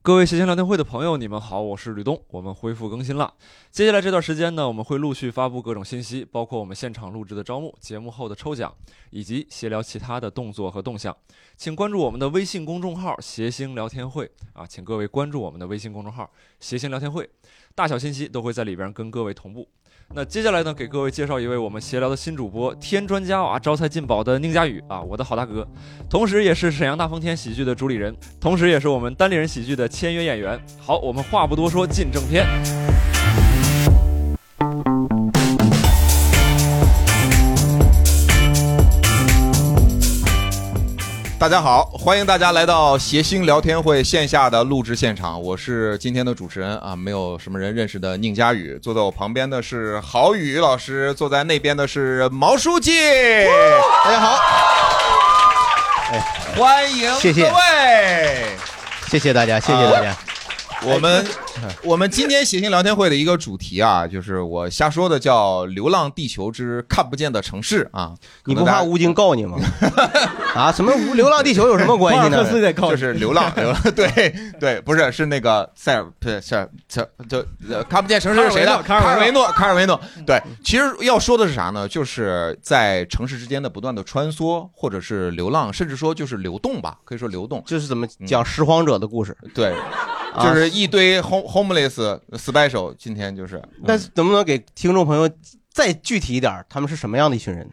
各位闲闲聊天会的朋友，你们好，我是吕东，我们恢复更新了。接下来这段时间呢，我们会陆续发布各种信息，包括我们现场录制的招募、节目后的抽奖，以及闲聊其他的动作和动向。请关注我们的微信公众号“谐星聊天会”啊，请各位关注我们的微信公众号“谐星聊天会”，大小信息都会在里边跟各位同步。那接下来呢，给各位介绍一位我们闲聊的新主播，添砖加瓦、啊招财进宝的宁佳宇啊，我的好大哥，同时也是沈阳大风天喜剧的主理人，同时也是我们单立人喜剧的签约演员。好，我们话不多说，进正片。大家好，欢迎大家来到谐星聊天会线下的录制现场，我是今天的主持人啊，没有什么人认识的宁佳宇，坐在我旁边的是郝宇老师，坐在那边的是毛书记，大家好，欢迎谢谢各位。谢谢大家，谢哎谢大家。啊哎我们我们今天谐星聊天会的一个主题啊，就是我瞎说的叫《流浪地球之看不见的城市》啊。你不怕吴京告 你吗？啊，什么无《流浪地球》有什么关系呢？就是流浪，流浪，对对，不是是那个塞尔，不是塞尔，塞尔就呃看不见城市是谁的？卡卡尔尔维维诺诺，卡尔维诺。嗯对，其实要说的是啥呢？就是在城市之间的不断的穿梭，或者是流浪，甚至说就是流动吧，可以说流动。嗯就是怎么讲拾荒者的故事？ 对，啊就是一堆 home homeless special，今天就是但是嗯能不能给听众朋友再具体一点儿，他们是什么样的一群人？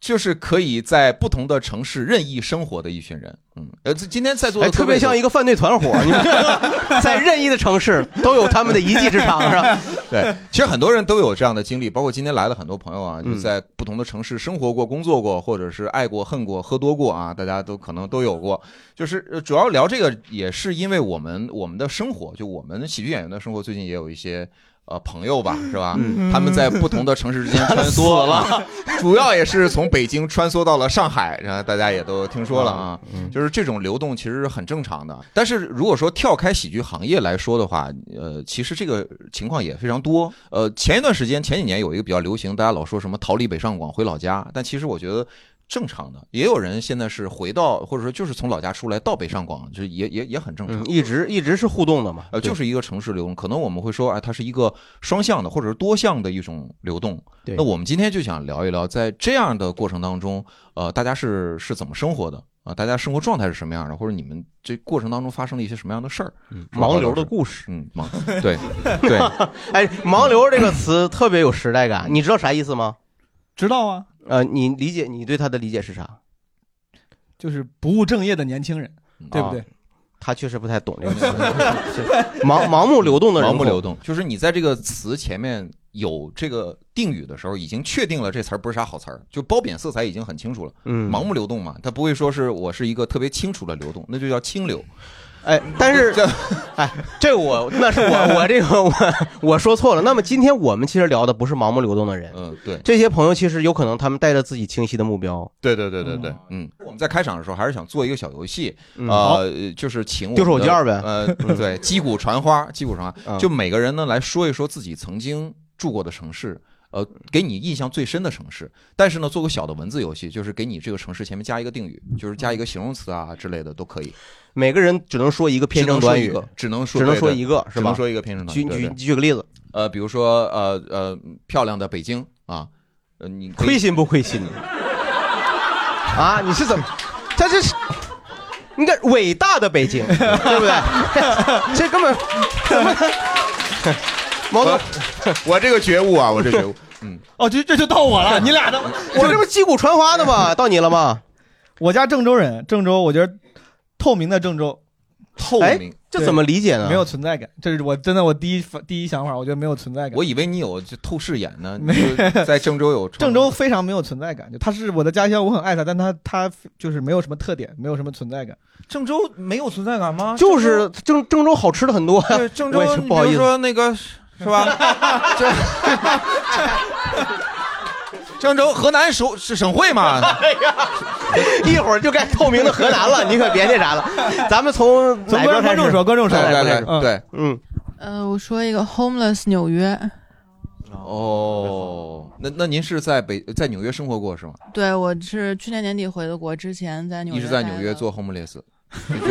就是可以在不同的城市任意生活的一群人。嗯，呃，这今天在座的哎，特别像一个。个犯罪团伙，你们在任意的城市都有他们的一技之长，是吧？ 对，其实很多人都有这样的经历，包括今天来的很多朋友啊，嗯就在不同的城市生活过、工作过，或者是爱过、恨过、喝多过啊，大家都可能都有过。就是呃主要聊这个，也是因为我们我们的生活，就我们喜剧演员的生活，最近也有一些。呃，朋友吧，是吧？嗯他们在不同的城市之间穿梭 了，主要也是从北京穿梭到了上海，然后大家也都听说了啊。就是这种流动其实是很正常的。但是如果说跳开喜剧行业来说的话，呃，其实这个情况也非常多。呃，前一段时间前几年有一个比较流行，大家老说什么逃离北上广回老家，但其实我觉得。正常的，也有人现在是回到，或者说就是从老家出来到北上广，这也也也很正常。一直一直是互动的嘛，呃，嗯就是一个城市流动，可能我们会说，哎，它是一个双向的或者是多向的一种流动。对那我们今天就想聊一聊，在这样的过程当中，呃，大家是是怎么生活的啊、大家生活状态是什么样的？或者你们这过程当中发生了一些什么样的事儿？是吧盲嗯流的故事。嗯，盲对 对，哎，盲流这个词特别有时代感，你知道啥意思吗？知道啊，呃，你理解你对他的理解是啥？就是不务正业的年轻人，嗯对不啊对？他确实不太懂这个 词，盲盲目流动的人盲口目流动，就是你在这个词前面有这个定语的时候，已经确定了这词儿不是啥好词儿，就褒贬色彩已经很清楚了。嗯盲目流动嘛，它不会说是我是一个特别清楚的流动，那就叫清流。哎，但 是，哎，这个我那是我我这个我 我说错了。那么今天我们其实聊的不是盲目流动的人，嗯，对。这些朋友其实有可能他们带着自己清晰的目标。对对对对对，嗯，我们在开场的时候还是想做一个小游戏，哦嗯好呃，就是请我们的丢手绢儿呗 呃，对，击鼓传花，击鼓传花，嗯就每个人呢来说一说自己曾经住过的城市，呃，给你印象最深的城市，但是呢，做个小的文字游戏，就是给你这个城市前面加一个定语，就是加一个形容词啊之类的都可以，每个人只能说一个偏正短语，只能说只能说对对一个，是只吧？能说一个偏正短语举对举对举个例子，呃，比如说呃呃，漂亮的北京啊，呃， 你可以亏心不亏心？啊，你是怎么？这这是。你看，伟大的北京，对不对？ 这根本怎么？毛总，我这个觉悟啊，我这觉悟，哦，这这就到 我了，你俩的，我这不击鼓传花的吗？到你 了吗？我家郑州人，郑州，我觉得透明的郑州，透哎明这怎么理解呢没有存在感，这是我真的我第一反第一想法，我觉得没有存在感。我以为你有就透视眼呢，你就在郑州有郑州非常没有存在感，就它是我的家乡，我很爱它，但它它就是没有什么特点，没有什么存在感。郑州没有存在感吗啊就是郑郑州好吃的 很多，对郑州我也是，你不好比意如思。说那个是 吧？这郑州河南省是省会哎嘛？ 一会儿就该透明的河南了，你可别那啥了。咱们从从哪边观众开始说，观众说，对对对嗯对，嗯，呃，我说一个 homeless 纽约，哦，那那您是在北在纽约生活过是吗？对我是去年年底回的国，之前在纽一约直在待纽 约的做 homeless，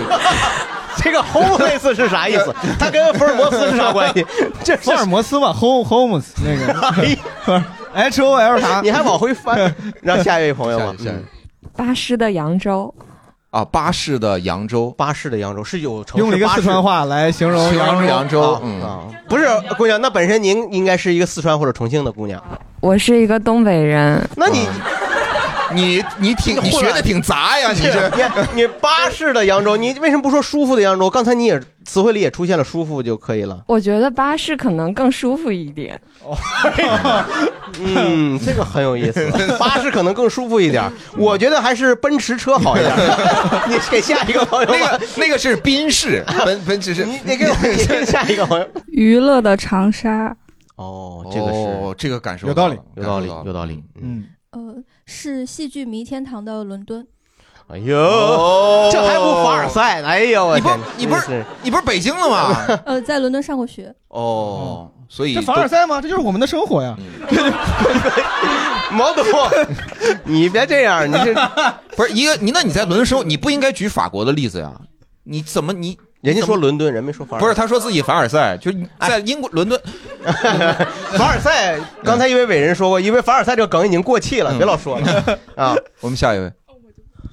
这个 homeless 是啥意 思？它跟福尔摩斯是啥关系？这福尔摩斯嘛，home homes 那 个，H O L 啥？你还往回翻，让下一位朋友吧。嗯巴师的扬州，啊，巴士的扬州，巴士的扬州是有城市用了一个巴士四川话来形容形容扬州啊嗯啊不是姑娘，那本身您应该是一个四川或者重庆的姑娘，我是一个东北人，那你你你挺你学的挺杂呀，你这你你巴士的扬州，你为什么不说舒服的扬州？刚才你也词汇里也出现了舒服就可以 了。我觉得巴士可能更舒服一点。哦嗯，这个很有意思，巴士可能更舒服一点，我觉得还是奔驰车好一点。 你给下一个朋友那吧，个那个是 宾士，奔奔驰是。你你给我你给下一个朋友。娱乐的长沙，哦哦这个感受有道理到了有道理感受到，了有道理。嗯，嗯，呃，是戏剧迷天堂的伦敦。哎呦，这还不凡尔赛呢？哎呦，我嗯你天不你不是真你不是北京的吗？呃，在伦敦上过学。哦，所以这凡都尔赛吗？这就是我们的生活呀。嗯 毛啊总，你别这样，你 这不是一个你，那你在伦敦生活，你不应该举法国的例子呀？你怎么你人家说伦敦，人没说凡尔赛不是他说自己凡尔赛，就是你在英国 伦敦凡尔赛，刚才一位伟人说过，因为凡尔赛这个梗已经过气了，嗯别老说 了啊！我们下一位，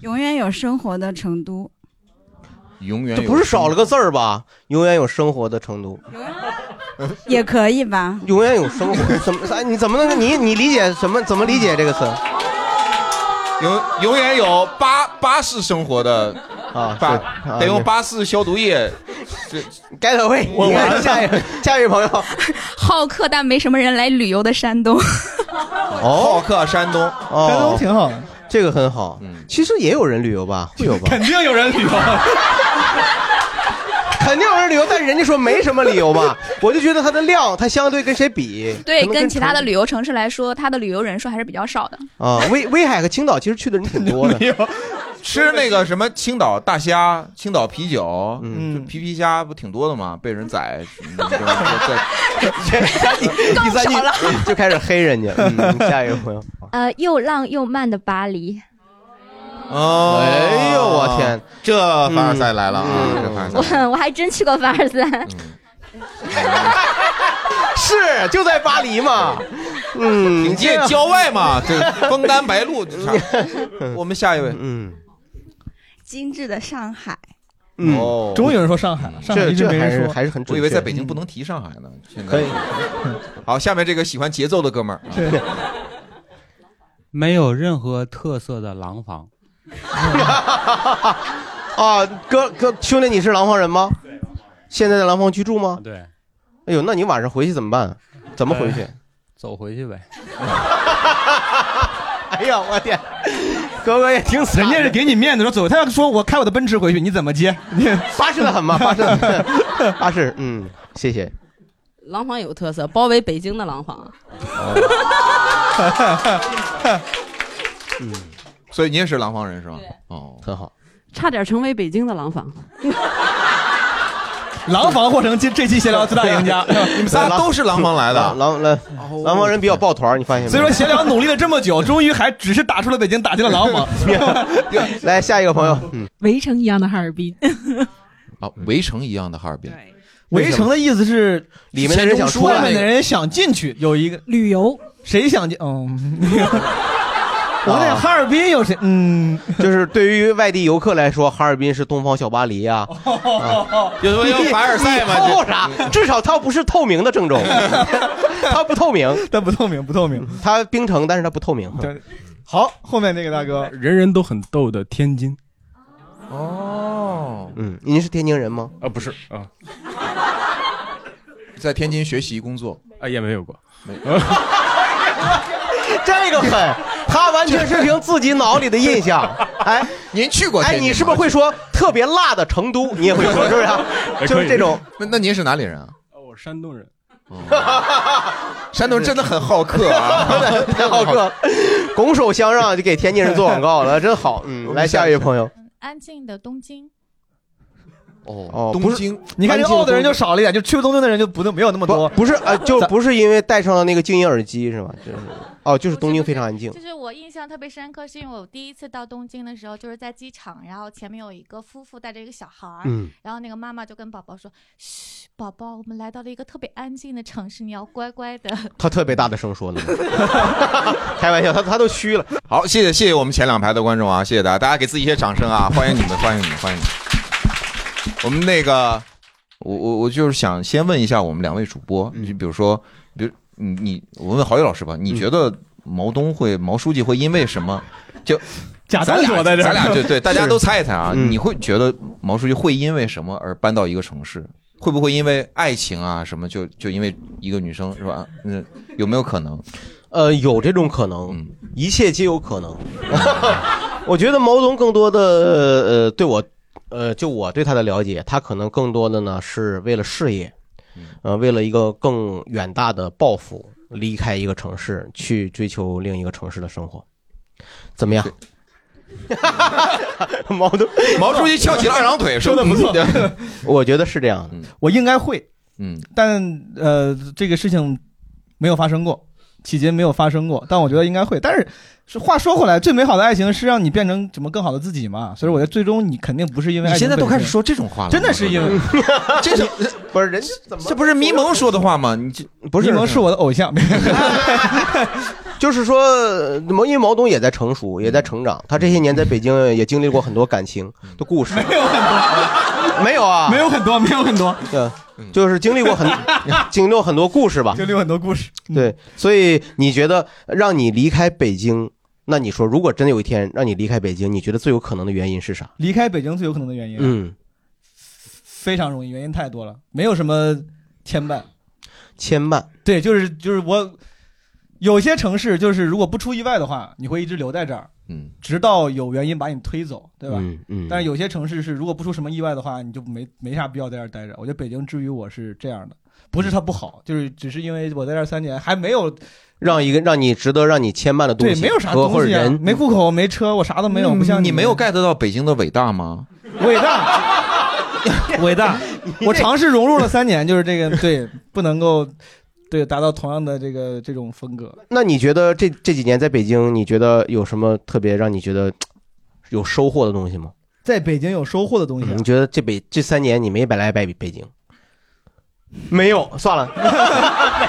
永远有生活的成都，永远这不是少了个字儿吧？永远有生活的成都，也可以吧？永远有生活，怎么？哎，你怎么能？你你理解什么？怎么理解这个词永永远有巴巴士生活的，啊？巴是得用巴士消 毒液。 get away。我你看下一位 下一位朋友，好客但没什么人来旅游的山东，好客山东，山东哦，挺好的，这个很好。嗯其实也有人旅游吧，会有吧？肯定有人旅游。肯定有人旅游，但是人家说没什么理由嘛， 我就觉得它的量，它相对跟谁比？ 对，可能跟其他的成旅游城市来说，它的旅游人数还是比较少的。啊，威威海和青岛其实去的人挺多 的。吃那个什么青岛大虾、青岛啤酒，嗯就皮皮虾不挺多的吗？被人宰，嗯就是在 第三句就开始黑人家。嗯，下一个朋友。呃，又浪又慢的巴黎。哦哎呦我天，这凡尔赛来了啊！嗯这凡尔赛我 我还真去过凡尔赛。嗯是就在巴黎嘛？嗯，挺近郊外嘛，这枫丹白露。这啥 我们下一位，嗯精致的上海，嗯，哦终于有人说上海了，上海这一直这没还人是说。还是很准确。嗯我以为在北京不能提上海呢，现在可以。 好，下面这个喜欢节奏的哥们儿，对，没有任何特色的廊坊，啊，哥哥兄弟，你是廊坊人吗？现在在廊坊居住吗？对，哎呦，那你晚上回去怎么办？怎么回去？走回去呗。哎呀，我天，哥哥也挺惨人的，家是给你面子说走，他要说我开我的奔驰回去，你怎么接？你巴士的很嘛，巴士的很，巴士，嗯，谢谢。廊坊有特色，包围北京的廊 坊。啊所以你也是廊坊人是吧？哦，嗯很好，差点成为北京的廊 坊，廊坊获成这这期闲聊最大 赢家。你们仨都是廊坊来廊的，廊廊廊坊人比较抱团儿，你发现没？ 所以说 闲聊努力了这么久，终于还只是打出了北京，打进了廊坊。来下一个朋友，嗯，围城一样的哈尔 滨。啊，围城一样的哈尔滨，对，围城的意思是里面的人想出外来面的，人想进去，有一个旅游谁想进？嗯，我在哈尔滨有谁？嗯， 就是对于外地游客来说，哈尔滨是东方小巴黎哦呀、啊。 有有有凡尔赛 嘛？透就啥？至少它不是透明的郑 州，它不 透明，但不透明，不透明。它冰城，但是它不透明。对，好，后面那个大哥，人人都很逗的天津哦，嗯，您是天津人吗？啊，不是啊在天津学习工作，啊也没有过， 这个狠，他完全是凭自己脑里的印 象。哎您去过天哎，津吗？你是不是会说特别辣的成 都？你也会说是不是啊？就是这种，哎那？那您是哪里人啊？呃哦我是山东人， 山东人真的很好客 啊，太好 哥，拱手相让就给天津人做广告了，真好。嗯，来下一位朋友，安静的东京。哦不是你看这安静澳的人就少了一点，就去东京的人就不没有那么多。不是啊，就不是因为戴上了那个静音耳机是吧？就是哦，就是东京非常安静就。是我印象特别深刻，是因为我第一次到东京的时候，就是在机场，然后前面有一个夫妇带着一个小孩儿，嗯然后那个妈妈就跟宝宝说：“嘘，宝宝，我们来到了一个特别安静的城市，你要乖乖的。他特别大的声说呢，开玩笑，他他都虚了。好，谢谢谢谢我们前两排的观众啊，谢谢大家，大家给自己一些掌声啊，欢迎你们，欢迎你们，欢迎你们。我们那个，我我我就是想先问一下我们两位主播，嗯你就比如说，比如你你，我问郝宇老师吧，你觉得毛东会毛书记会因为什么就？假咱动俩作在这儿咱俩对对，大家都猜一猜啊！是嗯你会觉得毛书记会因为什么而搬到一个城市？会不会因为爱情啊什么就就因为一个女生是吧？嗯，有没有可能？ 呃，有这种可能，一切皆有可能。 我觉得毛总更多的呃，对我呃，就我对他的了解，他可能更多的呢是为了事业，呃，为了一个更远大的抱负，离开一个城市去追求另一个城市的生活，怎么样？毛东 毛书记翘起了二郎腿，说嗯的不 错，我觉得是这样的。我应该会，嗯，但呃，这个事情没有发生过，迄今没有发生过，但我觉得应该会。但是是话说回来，最美好的爱情是让你变成怎么更好的自己嘛，所以我觉得最终你肯定不是因为你爱情现在都本身开始说这种话了嗯真的是 因为这是不是人家怎么这不是迷蒙说的话吗？你这不是柠檬是我的偶像， 就是说，呃毛因为毛东也在成嗯熟，也在成长。他这些年在北京也经历过很多感情嗯的故 事，没有很多， 没有啊，没有很多，没有很多。 对，就是经历过很 经历过很多故事吧，经历过很多故事。嗯对，所以你觉得让你离开北京，那你说如果真的有一天让你离开北京，你觉得最有可能的原因是啥？离开北京最有可能的原因，啊嗯，非常容易，原因太多了，没有什么牵绊。牵绊，对，就是就是我有些城市，就是如果不出意外的话，你会一直留在这儿，嗯，直到有原因把你推走，对吧？嗯嗯但是有些城市是，如果不出什么意外的话，你就没没啥必要在这儿待着。我觉得北京之于我是这样的，不是它不好，就是只是因为我在这儿三年还没有让一个让你值得让你牵绊的东对西，没有啥和或东者西啊，人嗯没户口，没车，我啥都没有，不像你没有干 get 到北京的伟大吗？伟大。伟大， 我尝试融入了三年，就是这个对，不能够对达到同样的这个这种风格。那你觉得这这几年在北京，你觉得有什么特别让你觉得有收获的东西吗？在北京有收获的东西啊、你觉得这北这三年你没白来北北京？没有，算了，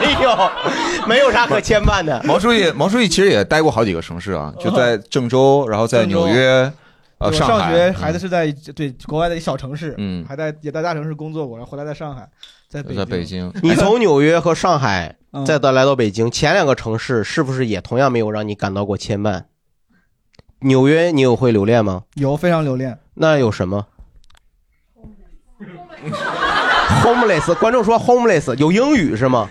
没有，没有啥可牵绊的。 毛书记，毛书记其实也待过好几个城市 啊，就在郑州，然后在郑州纽约，呃，我上上嗯海。学孩子是在对国外的一个小城市，嗯还在也在大城市工作过，然后回来在上海，在北在北京你从纽约和上海嗯再到来到北京，前两个城市是不是也同样没有让你感到过牵绊？纽约你有会留恋吗？有非常留恋。那有什么？homeless，观众说 homeless 有英语是吗？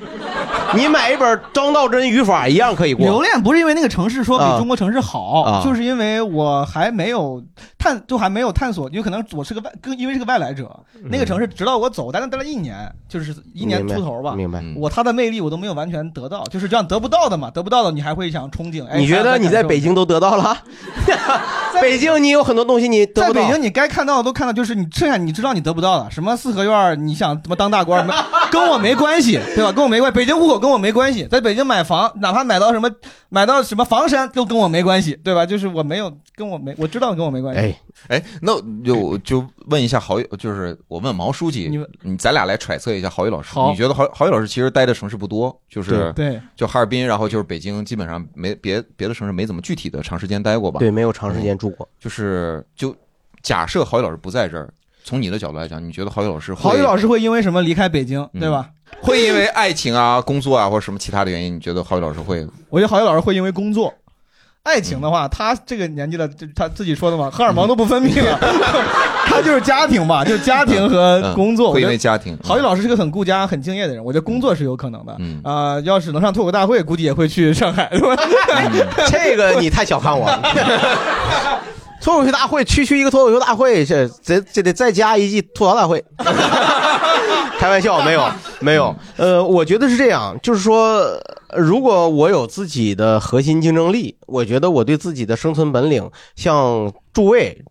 你买一本张道真语法一样可以过。留恋不是因为那个城市说比啊中国城市好，啊就是因为我还没有探，就还没有探索，有可能我是个外，更因为是个外来者，那个城市直到我走，但是待了一年，就是一年出头吧，明白嗯明白我它的魅力我都没有完全得到，就是这样得不到的嘛，得不到的你还会想憧憬。哎你觉得你在北京都得到了？ 北京你有很多东西你得在不到北京，你该看到的都看到，就是你剩下你知道你得不到的，什么四合院儿，你想怎么当大官儿，没跟我没关系，对吧？跟我没关系，北京户口跟我没关系，在北京买房，哪怕买到什么买到什么房山都跟我没关系，对吧？就是我没有跟我没我知道跟我没关系。哎，哎，那我就我就问一下郝宇，就是我问毛书记，你咱俩来揣测一下郝宇老师，好你觉得郝郝宇老师其实待的城市不多，就是对对就哈尔滨，然后就是北京，基本上没别别的城市没怎么具体的长时间待过吧？嗯对，没有长时间住过。就是就假设郝宇老师不在这儿，从你的角度来讲，你觉得郝宇老师会郝宇老师会因为什么离开北京，对吧？会因为爱情啊、工作啊或者什么其他的原因，你觉得郝宇老师会？我觉得郝宇老师会因为工作。爱情的话，他这个年纪了，就他自己说的嘛，荷尔蒙都不分泌了，他就是家庭吧，就家庭和工作。嗯我会觉因得为家庭。郝宇老师是个很顾家、很敬业的人，我觉得工作是有可能的。嗯啊、要是能上脱口大会，估计也会去上海。 这个你太小看我了。脱口秀大会，区区一个脱口秀大会，这这这得再加一季吐槽大会。 开玩笑，没有没有。呃，我觉得是这样，就是说，呃如果我有自己的核心竞争力，我觉得我对自己的生存本领像诸位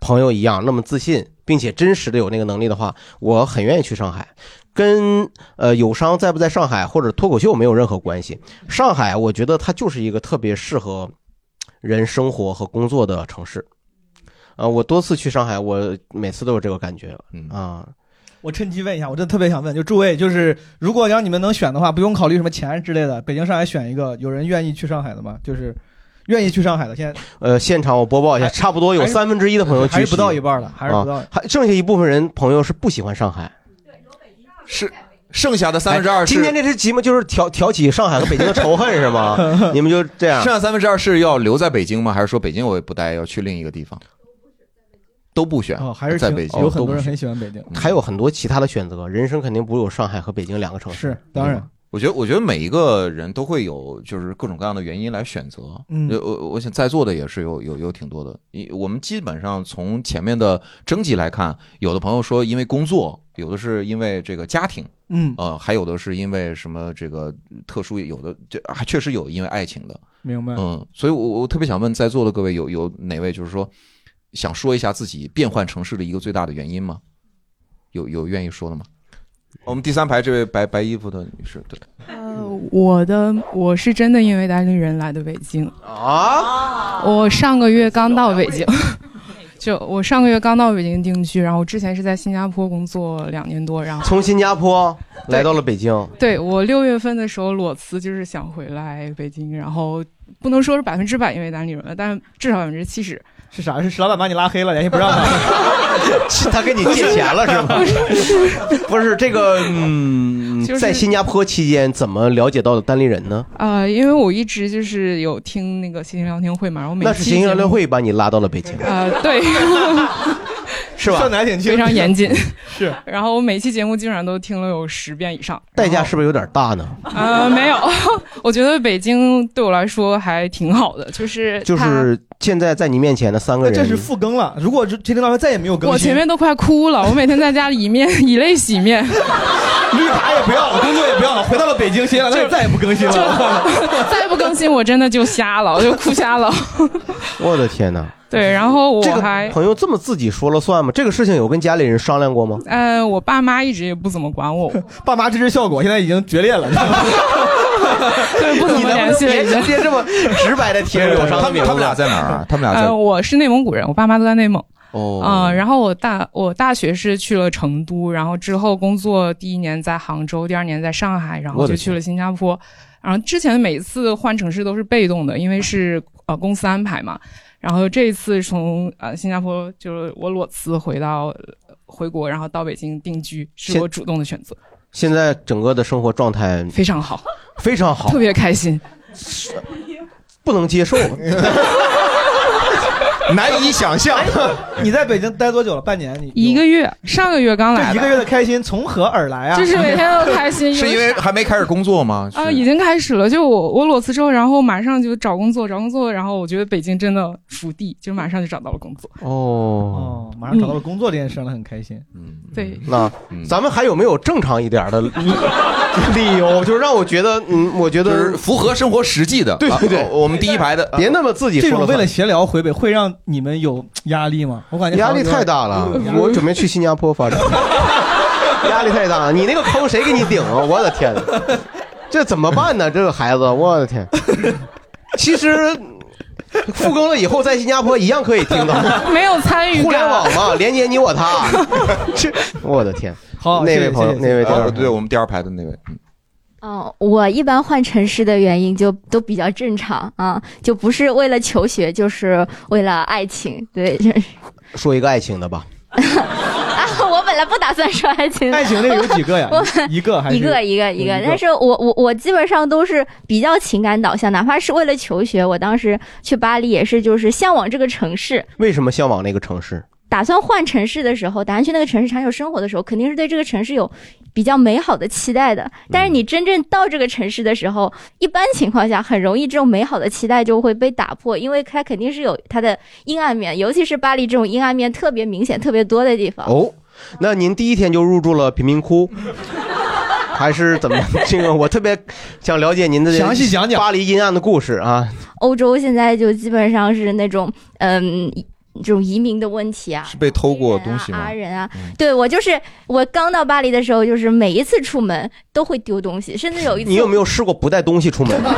朋友一样那么自信，并且真实的有那个能力的话，我很愿意去上海。跟呃友商在不在上海或者脱口秀没有任何关系。上海，我觉得它就是一个特别适合人生活和工作的城市。啊、我多次去上海，我每次都有这个感觉。嗯啊，我趁机问一下，我真的特别想问，就诸位，就是如果要你们能选的话，不用考虑什么钱之类的，北京、上海选一个，有人愿意去上海的吗？就是愿意去上海的，现在呃，现场我播报一下，差不多有还是三分之一的朋友还举是起不到一半了还是不到啊还剩下一部分人朋友是不喜欢上海。是剩下的三分之哎二是？今天这期节目就是挑挑起上海和北京的仇恨是 吗你们就这样剩下三分之二是要留在北京吗？还是说北京我也不待，要去另一个地方？都不选，哦还是在挺北京，嗯有很多都不人选很喜欢北京。还有很多其他的选择，人生肯定不会有上海和北京两个城市。是当然对吧。我觉得，嗯我觉得每一个人都会有就是各种各样的原因来选择。嗯呃我我想在座的也是有有有挺多的。一我们基本上从前面的征集来看，有的朋友说因为工作，有的是因为这个家庭，嗯呃，还有的是因为什么这个特殊，有的这还确实有因为爱情的。明白嗯，所以我我特别想问在座的各位有有哪位就是说想说一下自己变换城市的一个最大的原因吗？有有愿意说的吗？我们第三排这位白白衣服的女士，对。呃我的我是真的因为单立人来的北京啊，我上个月刚到北京， 就我上个月刚到北京定居，然后我之前是在新加坡工作两年 多，然后从新加坡来到了北京，对我六月份的时候裸辞，就是想回来北京，然后不能说是百分之百因为单立人了，但至少百分之七十。是啥？是老板把你拉黑了，联系不上了？ 是他跟你借钱了是吗？ 不是这个，嗯 就，是在新加坡期间怎么了解到的单立人呢？呃，因为我一直就是有听那个《新星聊天会》嘛，然后每那是期新节交目流会把你拉到了北京，啊、对， 是吧？非常严谨。是，然后我每期节目基本上都听了有十遍以上。代价是不是有点大呢？呃，没有， 我觉得北京对我来说还挺好的，就是就它是现在在你面前的三个那人，这是复更了。如果这这听到说再也没有更新，我前面都快哭了，我每天在家里以面以泪 洗面，绿卡也不要了，工作也不要了，回到了北京，新西兰那再也不更新了。再不更新我真的就瞎了，我就哭 瞎了。我的天哪！对，然后我这个还。朋友这么自己说了算吗？这个事情有跟家里人商量过吗？呃，我爸妈一直也不怎么管我， 爸妈支持效果现在已经决裂了。对，不怎么联系了已经。别这么直白的贴着我上他们他们俩在哪儿啊？他们俩在呃，我是内蒙古人，我爸妈都在内蒙。哦啊、然后我大我大学是去了成都，然后之后工作第一年在杭州，第二年在上海，然后我的就天去了新加坡。然后之前每一次换城市都是被动的，因为是呃公司安排嘛。然后这一次从呃新加坡就是我裸辞回到呃回国，然后到北京定居，是现我主动的选择，现在整个的生活状态非常好，非常好特，别开心。不能接受， 难以想象。哎你在北京待多久了？半年？你一个月，上个月刚来这的，一个月的开心从何而来啊？就是每天都开心 是因为还没开始工作 吗？啊，已经开始了。就我我裸辞之后，然后马上就找工作，找工作，然后我觉得北京真的福地，就马上就找到了工作。哦 马上找到了工作这件事，让他很开心。嗯， 对，那咱们还有没有正常一 点的理由？就是让我觉得，嗯，我觉就是得符合生活实际的对对对啊我我们第一排的别那么自己说这了种算为了闲聊回北，会让你们有压力吗？我感觉压力太大了嗯有点，我准备去新加坡发 展，压力太大了。你那个坑谁给你顶啊？我的天哪，这怎么办呢？这个孩子，我的天。其实复工了以后，在新加坡一样可以听 到，没有参哎与感互联网嘛，连接你我他。这我的 天，好那位朋友，那位第二哦对我们第二排的那位，嗯嗯，我一般换城市的原因就都比较正常啊，就不是为了求学，就是为了爱情。对， 就是说一个爱情的吧，啊，我本来不打算说爱情的，爱情类有几个呀 我？一个还是一个一个一个，但是我我我基本上都是比较情感导向，哪怕是为了求学，我当时去巴黎也是就是向往这个城市。为什么向往那个城市？打算换城市的时候，打算去那个城市长久生活的时候，肯定是对这个城市有比较美好的期待的。但是你真正到这个城市的时候，一般情况下很容易这种美好的期待就会被打破，因为它肯定是有它的阴暗面，尤其是巴黎这种阴暗面特别明显、特别多的地方。哦，那您第一天就入住了贫民 窟，还是怎么样？这个我特别想了解您的 详细讲讲巴黎阴暗的故事啊。欧洲现在就基本上是那种嗯。这种移民的问题嗯啊，是被偷过东西吗阿？人啊，对我就是我刚到巴黎的时候，就是每一次出门都会丢东西，甚至有一次你有没有试过不带东西出 门？他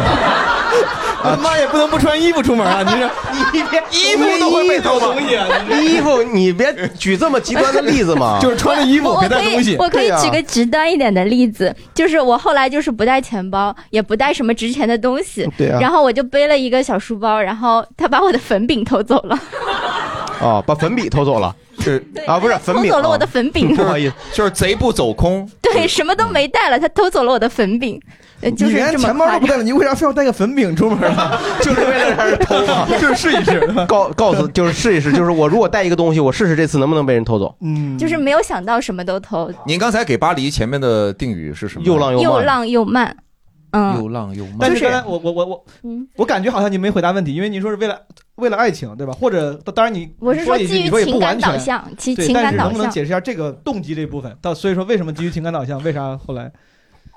啊妈也不能不穿衣服出门啊！你这 你别衣服都会被偷东西啊！你这衣服你别举这么极端的例子嘛， 就是穿着衣服我别可带东以西，啊我可以举个极端一点的例子，就是我后来就是不带钱包，也不带什么值钱的东西，对啊然后我就背了一个小书包，然后他把我的粉饼偷走了， 哦，把粉笔偷走了，是啊，不是粉偷笔，走了啊我的粉 饼不好意思，就是贼不走空。对，什么都没带了，他偷走了我的粉饼，呃就嗯你是连这么钱包夸都不张带了，你为啥非要带个粉饼出门啊？就是为了让人偷嘛， 就是试一试， 告告诉就是试一试，就是我如果带一个东西，我试试这次能不能被人偷走。嗯就是没有想到什么都偷，您刚才给巴黎前面的定语是什么？又浪又浪又慢，嗯，又浪又慢但就是刚才我我我我嗯，我感觉好像你没回答问题，因为您说是为了为了爱情，对吧？或者当然你我是你说说一句基于你说也不情感完全导向其对情但感是导能不能向解释一下这个动机这部分？到所以说为什么基于情感导向？为啥后来？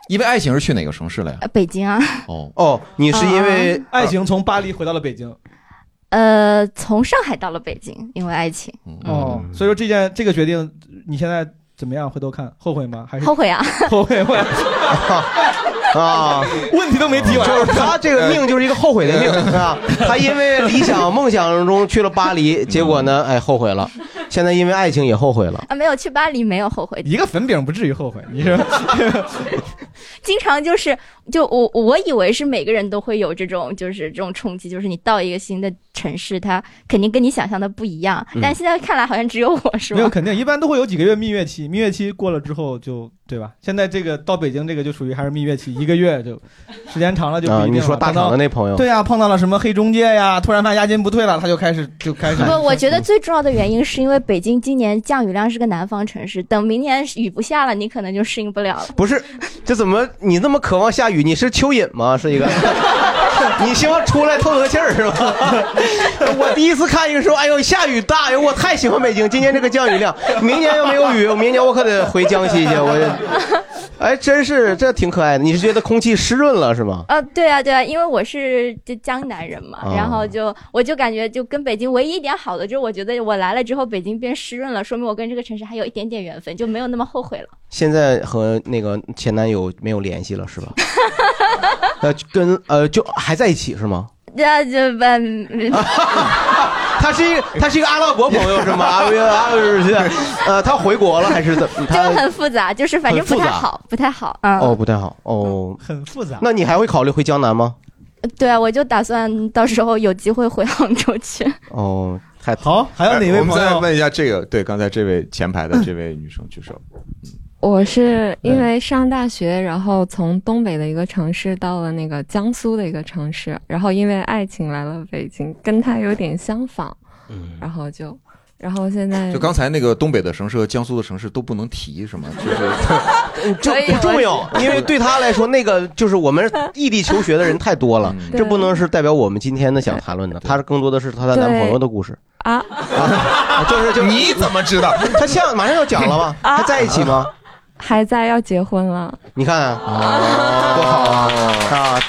因为爱情是去哪个城市了呀？呃北京啊，哦哦，你是因为嗯啊爱情从巴黎回到了北京呃，从上海到了北京，因为爱情，哦，所以说这件这个决定，你现在怎么样？回头看后悔吗？还是后悔啊？ 后悔会啊，问题都没提完，就是他这呃个命就是一个后悔 的命啊！他因为理想梦想中去了巴黎，结果呢，哎，后悔了。现在因为爱情也后悔了。啊，没有去巴黎，没有后悔，一个粉饼不至于后悔，你 说经常就是就我我以为是每个人都会有这种就是这种冲击，就是你到一个新的城市，它肯定跟你想象的不一样。嗯但现在看来好像只有我是没有吧？肯定，一般都会有几个月蜜月期，蜜月期过了之后就对吧？现在这个到北京这个就属于还是蜜月期，一个月就时间长了就不一啊定了。你说大厂的那朋友对呀、碰到了什么黑中介呀，突然发现押金不退了，他就开始就开始。不，我觉得最重要的原因是因为北京今年降雨量是个南方城市，等明年雨不下了，你可能就适应不了了。不是，这怎么你那么渴望下雨？你是蚯蚓吗？是一个，你希望出来透透气儿是吧？我第一次看一个说，哎呦，下雨大，哎呦，我太喜欢北京，今年这个降雨量，明年要没有雨，我明年我可得回江西去。我这，哎，真是这挺可爱的。你是觉得空气湿润了是吗？啊，对啊，对啊，因为我是就江南人嘛，哦然后就我就感觉就跟北京唯一一点好的就是，我觉得我来了之后北京变湿润了，说明我跟这个城市还有一点点缘分，就没有那么后悔了。现在和那个前男友没有联系了是吧？呃，跟呃就还在一起是吗？那就不，嗯 他是一个他是一个阿拉伯朋友是吗？阿拉阿拉是呃，他回国了还是怎么？ 就他很复杂，就是反正很复不太杂好，不太好。啊嗯，哦，不太好哦。嗯很复杂那你还会考虑回江南吗？对啊，我就打算到时候有机会回杭州去。哦，太好，还有哪位哎我们朋再友？问一下这个，对，刚才这位前排的这位女生举手。我是因为上大学，然后从东北的一个城市到了那个江苏的一个城市，然后因为爱情来了北京，跟他有点相仿，然后就，然后现嗯在就刚才那个东北的城市和江苏的城市都不能提，是吗？ 就是哎这不重要，啊因为对他来说，那个就是我们异地求学的人太多了，嗯这不能是代表我们今天的想谈论的。他更多的是她的男朋友的故事，啊， 啊就是就你怎么知道？ 他像马上要讲了吗？ 啊还在一起吗？还在要结婚了，你看啊，多好啊啊！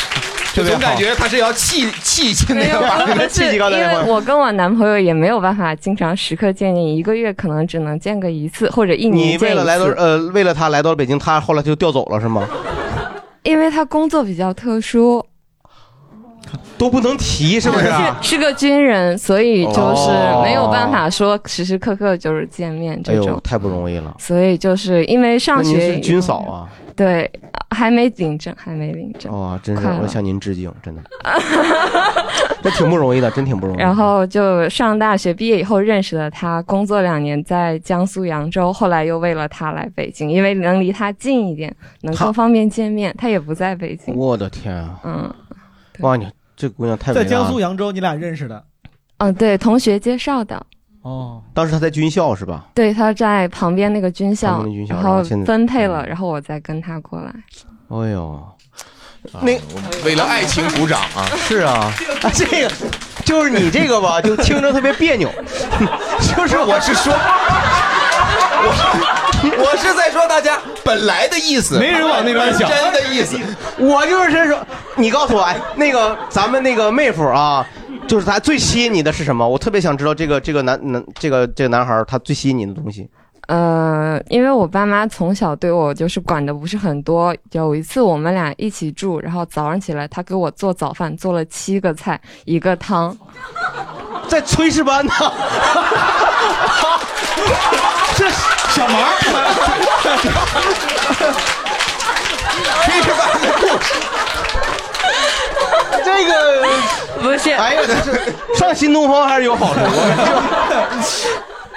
就哦总感觉他是要气气气那个把那是个气因高在为我跟我男朋友也没有办法经常时刻见面，一个月可能只能见个一次或者 一你年为见了来一到次。呃，为了他来到了北京，他后来就调走了是吗？因为他工作比较特殊，都不能提是不是啊？ 是个军人，所以就是哦没有办法说时时刻刻就是见面哎这呦种，。太不容易了。所以就是因为上那您学是军嫂啊？对，还没领证，还没领证。哇、真是快了我向您致敬，真 的，这挺不容易的，真挺不容易。然后就上大学毕业以后认识了他，工作两年在江苏扬州，后来又为了他来北京，因为能离他近一点，能更方便见面。他也不在北京，我的天啊！嗯哇，你这姑娘太伟在大江苏了。扬州，你俩认识的嗯，对，同学介绍的，哦。当时她在军校是吧？对，他在旁边那个军校旁，边的军校然然后后现在嗯分配了，然后我再跟他过来。哎呦，啊那为了爱情鼓掌啊！是啊，啊这个就是你这个吧，就听着特别别扭。 就是我是说，我我是在说大家本来的意思，没人往那边想真的意思。我就是说，你告诉我，哎，那个咱们那个妹夫啊，就是他最吸引你的是什么？我特别想知道这个这个男男这个这个男孩儿他最吸引你的东西。呃，因为我爸妈从小对我就是管的不是很多。有一次我们俩一起住，然后早上起来他给我做早饭，做了七个菜一个汤，在炊事班呢。这小毛这是吧？这个不是，哎呀，这这上新东方还是有好处。我这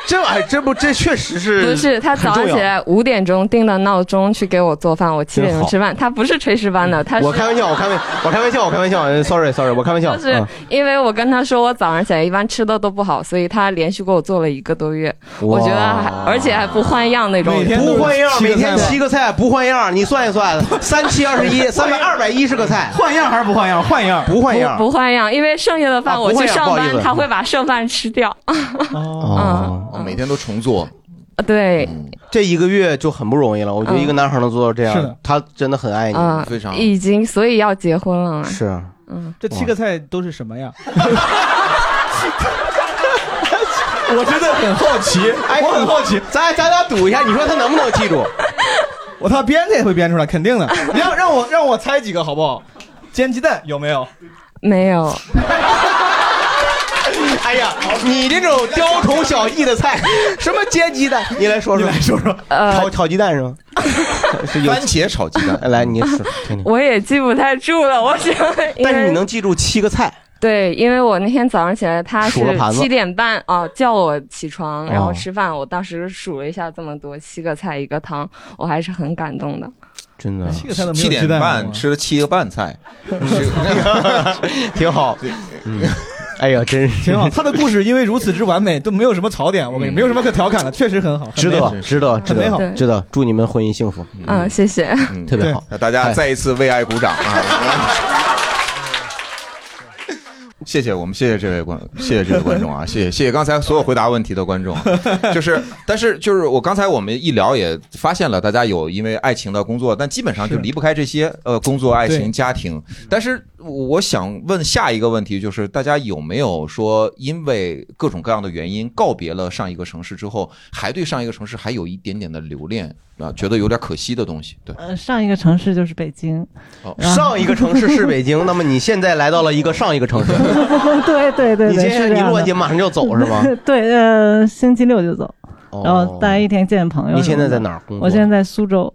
这玩意儿，这不这确实是不是他早很上重起要来五点钟定的闹钟去给我做饭，我七点真钟好吃饭。他不是炊事班的，他是嗯我开玩笑，我开玩我开玩笑，我开玩笑呃，sorry sorry，我开玩笑。就是啊因为我跟他说我早上起来一般吃的都不好，所以他连续给我做了一个多月，我觉得还而且还不换样那种，不换样，每天七个菜不换样，你算一算，三七二十一，三百二百一十个菜，换样还是不换样？换样不换样，不换样，因为剩下的饭啊我不换去样上不好意班，思他会把剩饭吃 掉。嗯哦，每天都重做，对，这一个月就很不容易了。我觉得一个男孩能做到这是样的，他真的很爱你嗯，，已经，所以要结婚了嘛。哎是啊。嗯，这七个菜都是什么呀？ 我真的很 好奇，我很好奇，哎咱咱俩赌一下，你说他能不能记住？ 我他编他也会编出来，肯定的。你让让我让我猜几个好不好？煎鸡蛋有没有？没有，哎呀，你这种雕虫小技的 菜，什么煎鸡蛋，你来说说，你来说说，呃炒炒鸡蛋是 吗？番茄炒鸡蛋，来你说，听听。我也记不太住了，我想。因为但是你能记住七个菜，对，因为我那天早上起来，他是数了盘子七点半啊、叫我起床，然哦后吃饭。我当时数了一下，这么多七个菜一个汤，我还是很感动的。真的七个菜都没有七点鸡蛋半吃了七个半菜， 挺好。 哎呀，真是 挺好。他的故事因为如此之完美，都没有什么槽点，我跟你没有什么可调侃的，确实很好，很值美好得，值得，值很美好得，。值得。祝你们婚姻幸福，嗯，谢谢。 特别好。那 大家再一次为爱鼓掌啊！谢谢我们，谢谢这位观，谢谢这位观众啊，谢谢谢谢刚才所有回答问题的观众啊，就是，但是就是我刚才我们一聊也发现了，大家有因为爱情的工作，但基本上就离不开这些呃工作、爱对情、家庭。但是我想问下一个问题，就是大家有没有说因为各种各样的原因告别了上一个城市之后，还对上一个城市还有一点点的留恋啊，觉得有点可惜的东西？对，呃，上一个城市就是北京，然哦后上一个城市是北京， 那么你现在来到了一个上一个城市， 对对对对，你今是天这你样录完的节目马上就要走是吗？ 对，呃，星期六就走，然后哦待一天见朋友什么的。你现在在哪儿工作我现在在苏州，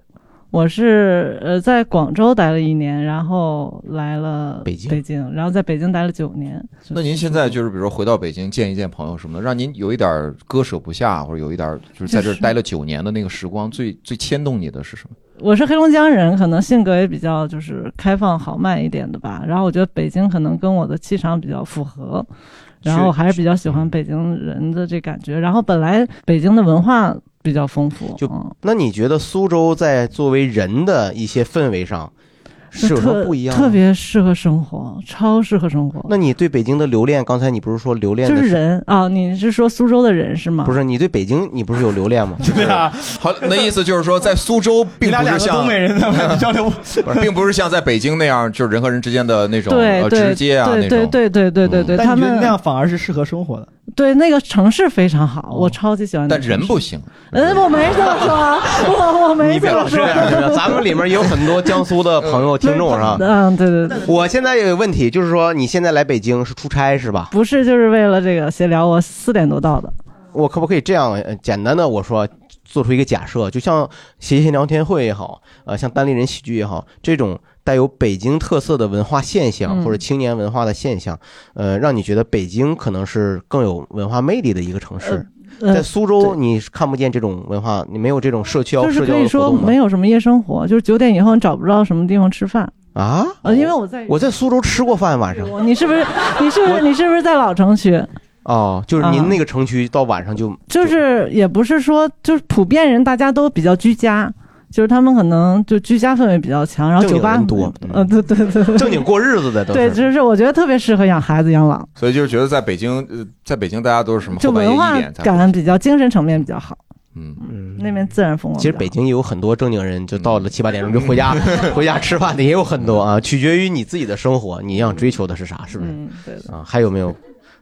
我是呃在广州待了一年，然后来了北京北京，然后在北京待了九年。那您现在就是比如说回到北京见一见朋友什么的，让您有一点儿割舍不下，或者有一点儿就是在这儿待了九年的那个时光，最最牵动你的是什么？我是黑龙江人，可能性格也比较就是开放豪迈一点的吧。然后我觉得北京可能跟我的气场比较符合，然后我还是比较喜欢北京人的这感觉。然后本来北京的文化比较丰富，嗯就 那你觉得苏州在作为人的一些氛围上是有什么特不一样特的？别适合生活，超适合生活。那你对北京的留恋，刚才你不是说留恋就的是人啊、你是说苏州的人是吗？不是你对北京，你不是有留 恋吗？对啊，好，那意思就是说，在苏州并不是像交 流，不是并不是像在北京那样，就是人和人之间的那种对呃对直接啊对那对种。对对对对对，但他你觉得们那样反而是适合生活的。对那个城市非常好，我超级喜欢那但个城市。人不行，嗯，我没这么说，啊我我没你别这老么这说。样，是吧 咱们里面也有很多江苏的 朋友、听众是吧？嗯，对对对，我现在有个问题，就是说你现在来北京是出差是吧？不是就是为了这个闲聊，我四点多到的。我可不可以这样呃简单的我说，做出一个假设，就像谐星聊天会也好，呃，像单立人喜剧也好，这种带有北京特色的文化现象嗯或者青年文化的现象，呃，让你觉得北京可能是更有文化魅力的一个城市。呃在苏州，你是看不见这种文化，你没有这种社交就是社交可的以活说动吗没？有什么夜生活，就是九点以后你找不着什么地方吃饭。啊，呃，因为我在，我在苏州吃过饭，晚上我你是不是你是不是你是不是在老城区？哦，就是您啊那个城区到晚上就就是也不是说就是普遍人大家都比较居家，就是他们可能就居家氛围比较强，然后正酒经吧人很多，嗯呃，对对对对，正经过日子的都对，是。就是我觉得特别适合养孩子养老，所以就是觉得在北京，呃在北京大家都是什么就后半夜文化一点才感比较，精神层面比较好。嗯嗯，那边自然风光其。实北京也有很多正经人，就嗯到了七八点钟就回 家，回家吃饭的也有很多嗯啊，取决于你自己的生活，你想追求的是啥，是不是？嗯，对的。啊，还有没有？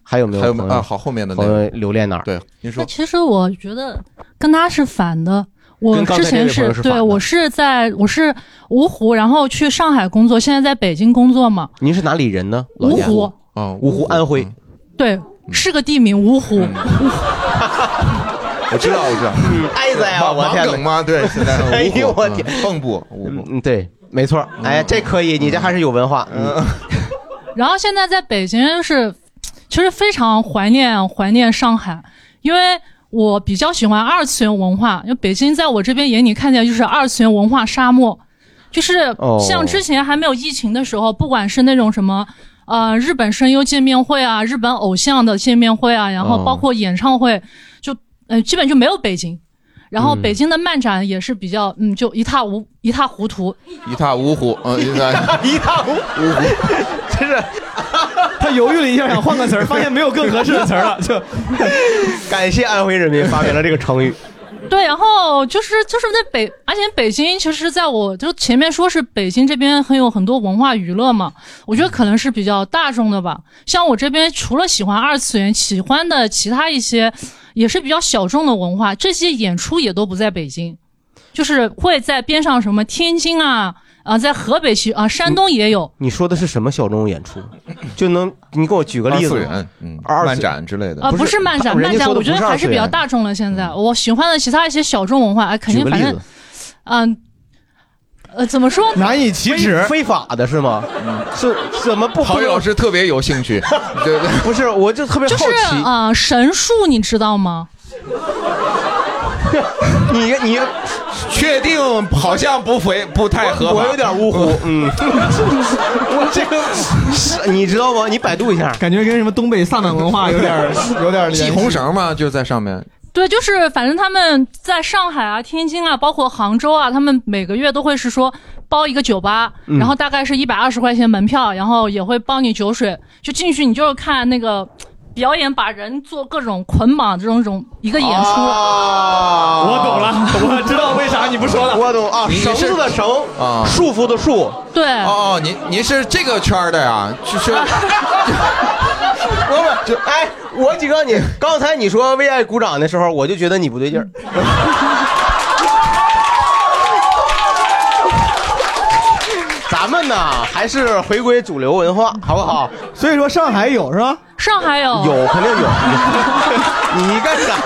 还有没有还有朋友？啊好后面的那个朋友留恋哪儿？对，您那 其实我觉得跟他是反的。我跟刚才之那前位朋友是是反对的我是在我是芜湖，然后去上海工作，现在在北京工作嘛。您是哪里人呢？老芜家湖啊，芜湖安徽。对，是个地名芜嗯湖。我知道，我知道，哎子呀，我天王梗吗？对，现 在哎呦我天，蚌埠，嗯，对，没错儿。哎，这可以，你这还是有文化。 嗯然后现在在北京是，其实非常怀念怀念上海，因为我比较喜欢二次元文化，因为北京在我这边眼里看起来就是二次元文化沙漠，就是哦像之前还没有疫情的时候，不管是那种什么。呃，日本声优见面会啊，日本偶像的见面会啊，然后包括演唱会，就呃基本就没有北京，然后嗯北京的漫展也是比较嗯就一塌无一塌糊涂，一塌糊涂，嗯，一塌一塌糊涂， 真是。他犹豫了一下，想换个词儿，发现没有更合适的词儿了，就 感谢安徽人民发明了这个成语。对，然后就是就是在北，而且北京其实在我就前面说是北京这边很有很多文化娱乐嘛，我觉得可能是比较大众的吧。像我这边除了喜欢二次元，喜欢的其他一些也是比较小众的文化，这些演出也都不在北京，就是会在边上什么天津啊啊，在河北去啊，山东也有。你说的是什么小众演 出？就能你给我举个例子？二次元嗯二次漫展之类的啊，不是漫展，人漫家展说的我觉得不还是比较二次元嗯大众了。现在我喜欢的其他一些小众文化，哎，肯定举个反例正子，嗯，呃，怎么说呢？以启齿，非法的是吗？是怎么不合郝宇老师特别有 兴趣，对对，不是，我就特别就是啊、呃神树你知 道吗？你你确定好像不回不太合法，我有点呜呼，嗯， 我这个是你知道吗？你百度一下，感觉跟什么东北萨满文化有点 儿有点儿联系系红绳嘛，就在上面，对，就是反正他们在上海啊、天津啊，包括杭州啊，他们每个月都会是说包一个酒吧，嗯然后大概是一百二十块钱门票，然后也会包你酒水，就进去你就是看那个表演，把人做各种捆绑这种种一个演出。我懂了，啊我知道啊为啥你不说了。啊我懂啊，你绳子的绳啊束缚的束。对，哦哦，您您是这个圈儿的呀？就是不是，就哎，我警告你，刚才你说为爱鼓掌的时候，我就觉得你不对劲儿。咱们呢，还是回归主流文化，好不好？所以说上海有是吧？上海有有肯定有。你干啥？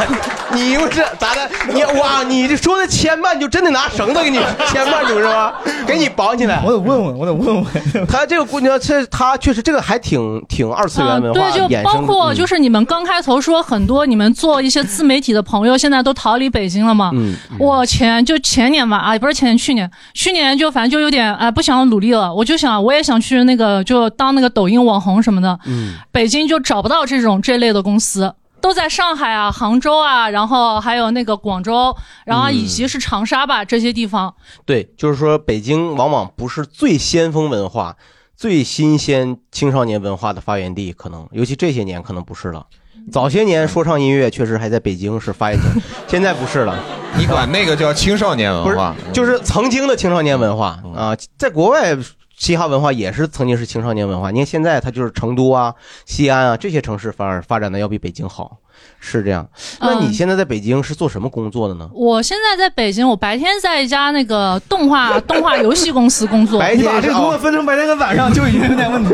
你不是咋的？你哇，你这说的牵绊就真得拿绳子给你牵绊住是吧？给你绑起来。我得问问，我得问问。她这个姑娘，这她确实这个还挺挺二次元文化呃对，衍生就的、包括嗯就是你们刚开头说很多你们做一些自媒体的朋友，现在都逃离北京了嘛？嗯我前就前年吧，啊，也不是前年，去年，去年就反正就有点哎，不想努力了，我就想我也想去那个就当那个抖音网红什么的，嗯北京就找不到这种这类的公司。都在上海啊、杭州啊，然后还有那个广州，然后以嗯及是长沙吧、这些地方。对，就是说北京往往不是最先锋文化、最新鲜青少年文化的发源地，可能尤其这些年可能不是了。嗯早些年说唱音乐确实还在北京是发源地， 现在不是 了。你管那个叫青少年不文是化，，就是曾经的青少年文化嗯啊，在国外嘻哈文化也是曾经是青少年文化。你看现在它就是成都啊、西安啊这些城市反而发展的要比北京好，是这样。那你嗯现在在北京是做什么工作的呢？我现在在北京，我白天在一家那个动画动画游戏公司工作。白天你把这个是哦工作分成白天跟晚上就已经有点 问题。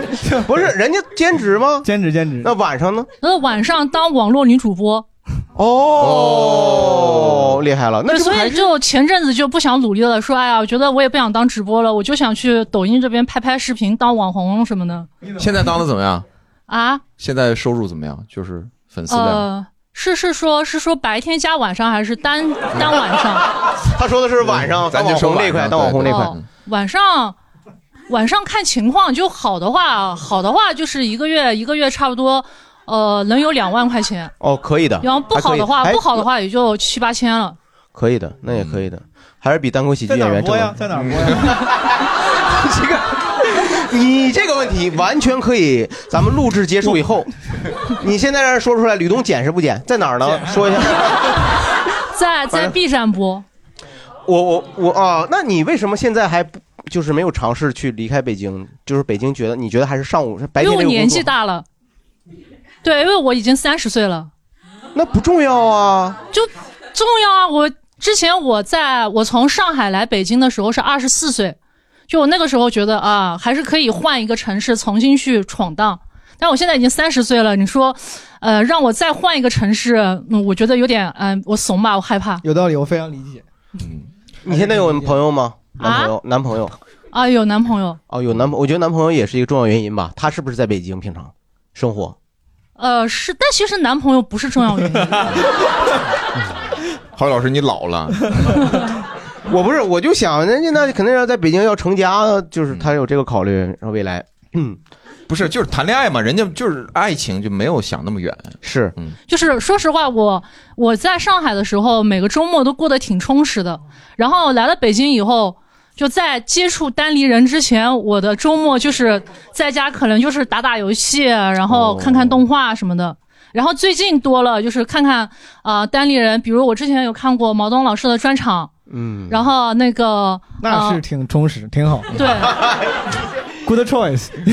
不是人家兼职吗？兼职兼职。那晚上呢？ 呃，晚上当网络女主播。哦，厉啊害了，那对，这不所还以是就前阵子就不想努力了，说哎呀，我觉得我也不想当直播了，我就想去抖音这边拍拍视频，当网红什么的现在当的怎么样？啊。现在收入怎么样？就是粉丝量。呃，是是说，是说白天加晚上，还是 单单晚上？他说的是晚上咱当就网说红那晚块，上当网红那块。哦，晚上。晚上看情况，就好的话，好的话就是一个月一个月差不多，呃，能有两万块钱。哦，可以的。然后不还可好以的话，哎不好的话也就七八千了。可以的，那也可以的，还是比单口喜剧在哪演儿员播挣呀？得。在哪儿播 呀？你这个问题完全可以，咱们录制结束以 后，你现在让人说出来，吕东剪是不剪？在哪儿呢？说一下。 在在 B 站播。我我我啊，那你为什么现在还不就是没有尝试去离开北京？就是北京觉得你觉得还是上午白因天为我这个年工纪作大了，对，因为我已经三十岁了，那不重要啊，就重要啊！我之前我在我从上海来北京的时候是二十四岁，就我那个时候觉得啊，还是可以换一个城市重新去闯荡。但我现在已经三十岁了，你说，呃，让我再换一个城市，嗯，我觉得有点，嗯、我怂吧，我害怕。有道理，我非常理解。你现在有朋友吗？男朋友，男朋友啊，有男朋友，哦，有男朋，我觉得男朋友也是一个重要原因吧。他是不是在北京平常生活？呃，是，但其实男朋友不是重要原因。郝宇老师，你老了。 我不是，我就想，人家那肯定要在北京要成家，嗯就是他有这个考虑，然后未来，嗯，不是，就是谈恋爱嘛，人家就是爱情就没有想那么远。是，嗯，就是说实话，我我在上海的时候，每个周末都过得挺充实的。然后来了北京以后，就在接触单立人之前，我的周末就是在家，可能就是打打游戏，啊然后看看动画什么的。然后最近多了，就是看看啊、呃单立人，比如我之前有看过毛东老师的专场，嗯，然后那个那呃是挺充实，挺好。对 Good choice。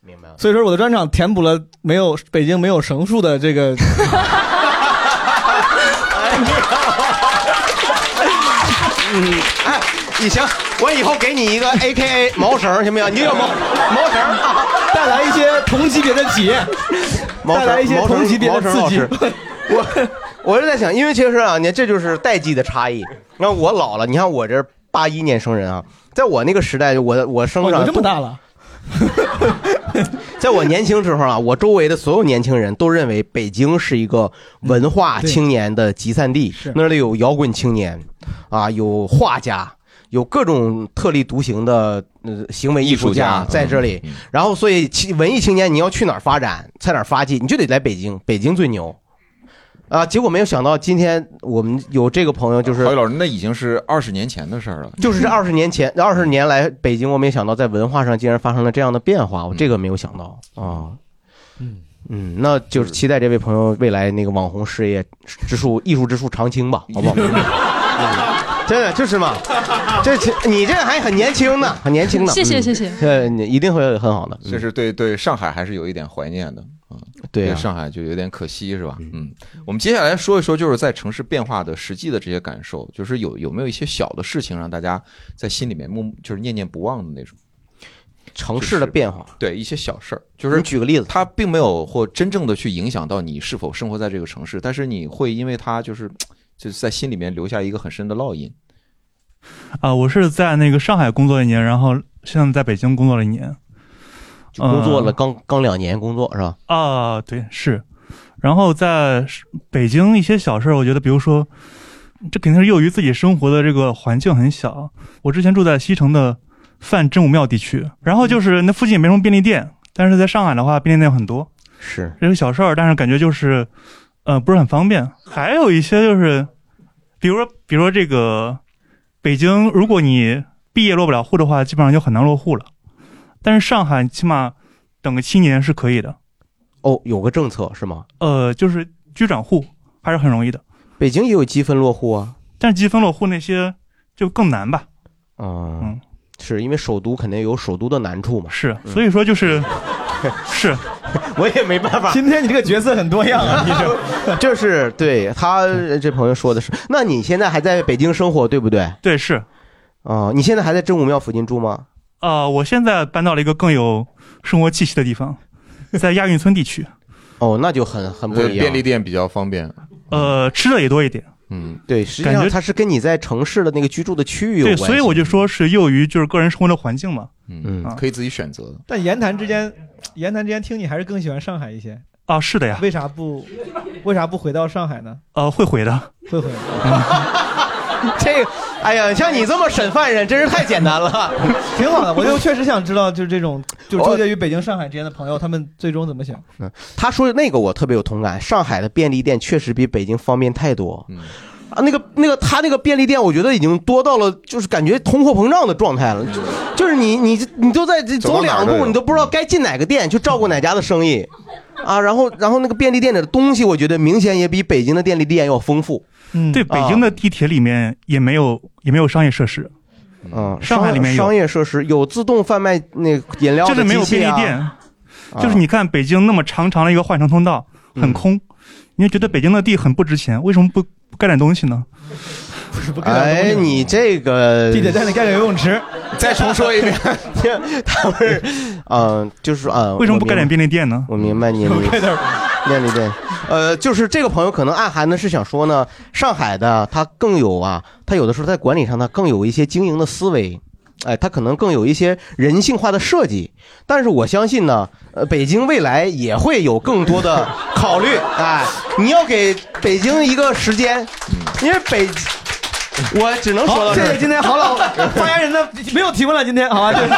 明白了。 所以说，我的专场填补了没有北京没有绳数的这个嗯，哎，你行，我以后给你一个 A K A 毛绳，行不行？你就叫毛毛绳、啊带来一些同级别的企业，毛绳带来一些毛绳同级别的 毛绳刺老激师。我我就在想，因为其实啊，你这就是代际的差异。那我老了，你看我这八一年生人啊，在我那个时代，我我生哦长 你这么大了， 在我年轻时候啊，我周围的所有年轻人都认为北京是一个文化青年的集散地，那里有摇滚青年，啊，有画家，有各种特立独行的呃行为艺术艺术家在这里。然后，所以青文艺青年你要去哪儿发展，在哪儿发迹，你就得来北京，北京最牛。啊！结果没有想到，今天我们有这个朋友，就是郝宇老师，那已经是二十年前的事儿了。就是这二十年前，二十年来北京，我没想到在文化上竟然发生了这样的变化，我这个没有想到啊。嗯嗯，那就是期待这位朋友未来那个网红事业之树、艺术之树长青吧，好不好？嗯 真的就是嘛，这其你这还很年轻呢，很年轻呢。 谢谢谢谢呃，你一定会很好的。就嗯是对对上海还是有一点怀念的，嗯，对啊上海就有点可惜是吧？嗯，我们接下来说一说，就是在城市变化的实际的这些感受，就是有有没有一些小的事情让大家在心里面默就是念念不忘的那种。城市的变化，对一些小事儿，就是你举个例子，它并没有或真正的去影响到你是否生活在这个城市，但是你会因为它就是就是在心里面留下一个很深的烙印。啊，我是在那个上海工作一年，然后现在在北京工作了一年，就工作了呃刚刚两年工作是吧？啊，对，是。然后在北京一些小事儿，我觉得，比如说，这肯定是由于自己生活的这个环境很小。我之前住在西城的泛真武庙地区，然后就是那附近也没什么便利店，但是在上海的话，便利店很多，是这是小事儿，但是感觉就是，呃，不是很方便。还有一些就是，比如说，比如说这个北京，如果你毕业落不了户的话，基本上就很难落户了。但是上海起码等个七年是可以的。哦，有个政策是吗？呃，就是居转户还是很容易的，北京也有积分落户啊。但是积分落户那些就更难吧。嗯，是因为首都肯定有首都的难处嘛。是，所以 说就是、是，嗯我也没办法。今天你这个角色很多样啊，你这就是对他这朋友说的是，那你现在还在北京生活对不对？对，是。啊、你现在还在真武庙附近住吗？呃，我现在搬到了一个更有生活气息的地 方，在亚运村地区，哦，那就很很不一样。便利店比较方便。呃，吃的也多一点。嗯，对，实际感上觉它是跟你在城市的那个居住的区域有对，关所以我就说是由于就是个人生活的环境嘛。嗯啊可以自己选择。但言谈之间，言谈之间听你还是更喜欢上海一些。啊，是的呀。为啥不，为啥不回到上海呢？呃，会回的。会回。这个，哎呀， 像你这么审犯人，真是太简单了。 挺好的，我就确实想知道，就是这种就纠结于北京、上海之间的朋友，他们最终怎么想？嗯，他说的那个我特别有同感，上海的便利店确实比北京方便太多。啊，那个那个，他那个便利店，我觉得已经多到了，就是感觉通货膨胀的状态了，就就是你你你都在这走到走哪儿两都有步，你都不知道该进哪个店去照顾哪家的生意，啊，然后然后那个便利店里的东西，我觉得明显也比北京的便利店要丰富。 嗯，啊对，北京的地铁里面也没有也没有商业设施，啊嗯，上海里面有商业设施有自动贩卖那个饮料的机器、就是啊，没有便利店，啊就是你看北京那么长长的一个换乘通道，很嗯空，你就觉得北京的地很不值钱，为什么不不干点东西呢？哎，你这个地铁站里盖个游泳池，再重说 一遍，他们是，嗯，就是说啊，为什么不盖点便利店呢？我明白你 的意思，便利店，呃，就是这个朋友可能暗含的是想说呢，上海的他更有啊，他有的时候在管理上他更有一些经营的思维。哎，他可能更有一些人性化的设计，但是我相信呢，呃，北京未来也会有更多的考虑。 哎，你要给北京一个时间，因为北，我只能说嗯好，到这谢儿。谢今天郝老发言 人的 没有提问了，今天好吧？就是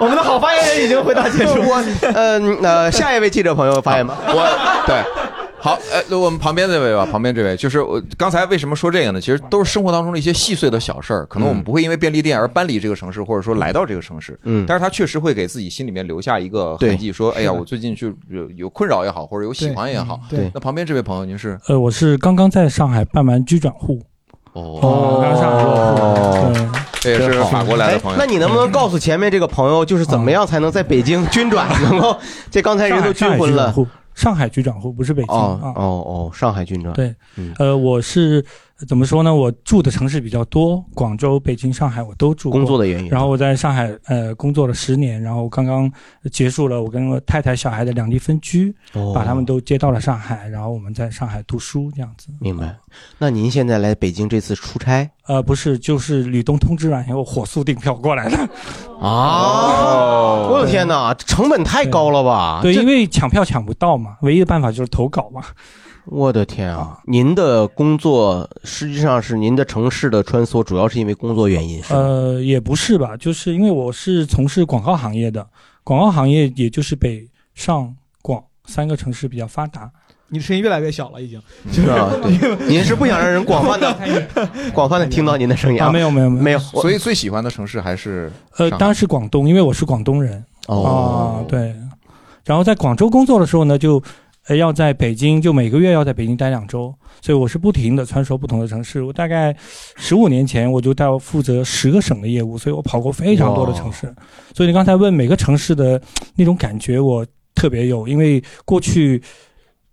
我们的好发言人已经回答结 束。我呃呃，下一位记者朋友发言吧。我对。好，呃，我们旁边这位吧，旁边这位就是我刚才为什么说这个呢？其实都是生活当中的一些细碎的小事儿，可能我们不会因为便利店而搬离这个城市，或者说来到这个城市。嗯但是他确实会给自己心里面留下一个痕迹，对说，哎呀，是的我最近就有有困扰也好，或者有喜欢也好。对嗯对那旁边这位朋友，您是呃，我是刚刚在上海办完居转户。哦嗯刚上啊落户。嗯对这也是真好法国来的朋友哎那你能不能告诉前面这个朋友，就是怎么样才能在北京军转？能嗯够这刚才人都军上海婚居转了。户，上海居转户不是北京哦啊。哦哦，上海军转。对嗯，呃，我是怎么说呢？我住的城市比较多，广州、北京、上海我都住过。工作的原因然后我在上海呃工作了十年，然后刚刚结束了我跟我太太、小孩的两地分居，哦把他们都接到了上海，然后我们在上海读书这样子。明白。那您现在来北京这次出差呃，不是，就是吕东通知完以后火速订票过来的。啊？我的天哪，成本太高了吧？对，这因为抢票抢不到嘛，啊唯一的办法就是投稿嘛。我的天啊！您的工作实际上是您的城市的穿梭，主要是因为工作原因，是吗？呃，也不是吧，就是因为我是从事广告行业的，广告行业也就是北上广三个城市比较发达。你的声音越来越小了，已经。 是啊，对，您是不想让人广泛的、广 泛的听到您的声音啊没有没有没有没有，所以最喜欢的城市还是呃，上海当然是广东，因为我是广东人。哦啊对。然后在广州工作的时候呢，就呃要在北京，就每个月要在北京待两周，所以我是不停的穿梭不同的城市。我大概十五年前我就到负责十个省的业务，所以我跑过非常多的城市。所以你刚才问每个城市的那种感觉，我特别有，因为过去。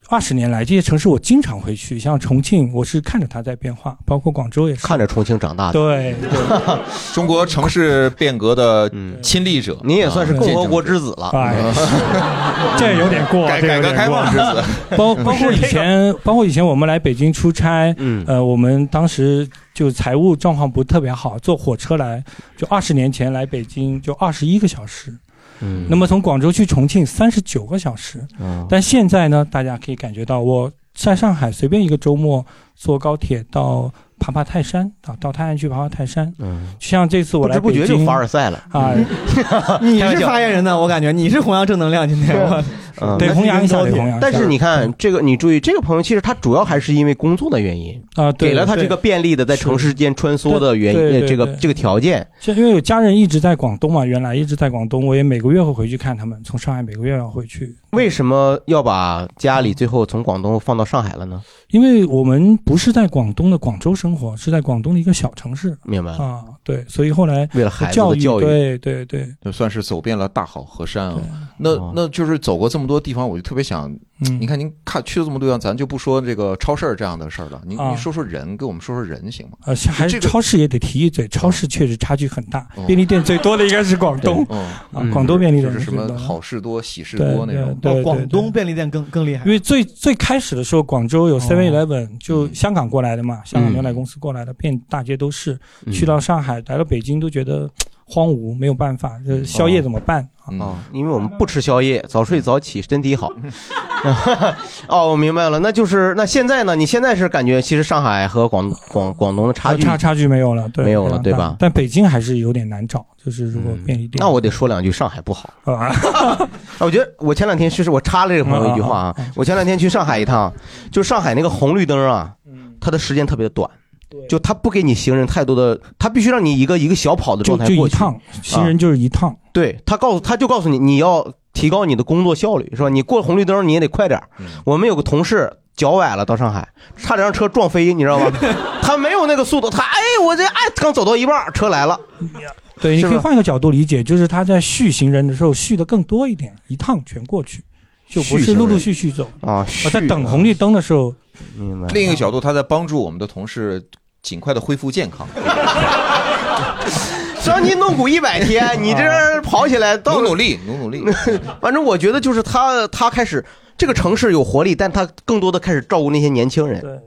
二十年来，这些城市我经常会去，像重庆，我是看着它在变化，包括广州也是。看着重庆长大的。对， 中国城市变革的亲历者，嗯您也算是共和国之子了。嗯哎，这有点过，啊改这有点改革开放之 子过包嗯包括以 前，包括以前我们来北京出差，嗯，呃，我们当时就财务状况不特别好，坐火车来，就二十年前来北京就二十一个小时，嗯那么从广州去重庆三十九个小时，嗯但现在呢，大家可以感觉到我在上海随便一个周末坐高铁到爬爬泰山啊，到泰安去爬爬泰山，嗯，像这次我不来知不觉北京就凡尔赛了啊，嗯 你是发言人呢，我感觉你是弘扬正能量。今天 我对弘扬一下对弘扬一下嗯但是你看这个，你注意这个朋友，其实他主要还是因为工作的原因啊对给了他这个对便利的在城市间穿梭的原对因，对对这个对这个条件。是因为有家人一直在广东嘛，原来一直在广东，我也每个月会回去看他们，从上海每个月要回去，为什么要把家里最后从广东放到上海了呢？因为我们不是在广东的广州生活，是在广东的一个小城市 明白了，啊，对，所以后来为了孩子的教育，教育对对对，就算是走遍了大好河山啊。那那就是走过这么多地方，我就特别想，嗯你看您看去了这么多地方，咱就不说这个超市这样的事儿了，您啊您说说人，给我们说说人行吗？呃，是还是这个超市也得提一嘴，超市确实差距很大哦，便利店最多的应该是广东对哦啊，广东便利店就是什最多么的好事多、喜事对多那种。对对对哦广东便利店更更厉害因。为最最开始的时候，广州有 Seven Eleven，就哦香港过来的嘛，香港牛奶公司过来的，遍大街都是。嗯去到上海，来到北京都觉得嘖嗯荒芜，没有办法，这宵夜怎么办？啊，因为我们不吃宵夜，早睡早起，身体 好。哦，我明白了，那就是那现在呢？你现在是感觉其实上海和广广广东的差距呃差差距没有了，对，没有了非常大对吧嗯但北京还是有点难找，就是如果便利店那我得说两句上海不好。 啊，我觉得我前两天是我插了这个朋友一句嗯话啊，我前两天去上海一趟，就上海那个红绿灯啊，它的时间特别短。就他不给你行人太多的，他必须让你一个一个小跑的状态就就过一去。啊趟，行人就是一趟。对他告诉他就告诉你，你要提高你的工作效率，是吧？你过红绿灯你也得快点儿。嗯我们有个同事脚崴了，到上海差点让车撞飞，你知道吗？他没有那个速度，他哎，我这哎刚走到一半儿，车来了。对，你是啊可以吧换一个角度理解，就是他在续行人的时候续的更多一点，一趟全过去，就不续是行陆陆人续续走啊。我在等红绿灯的时候，明白另一个角度，他在帮助我们的同事尽快的恢复健康。伤筋动骨一百天，你这样跑起来，到努努力，努努力。 反正我觉得就是他，他开始这个城市有活力，但他更多的开始照顾那些年轻人。对，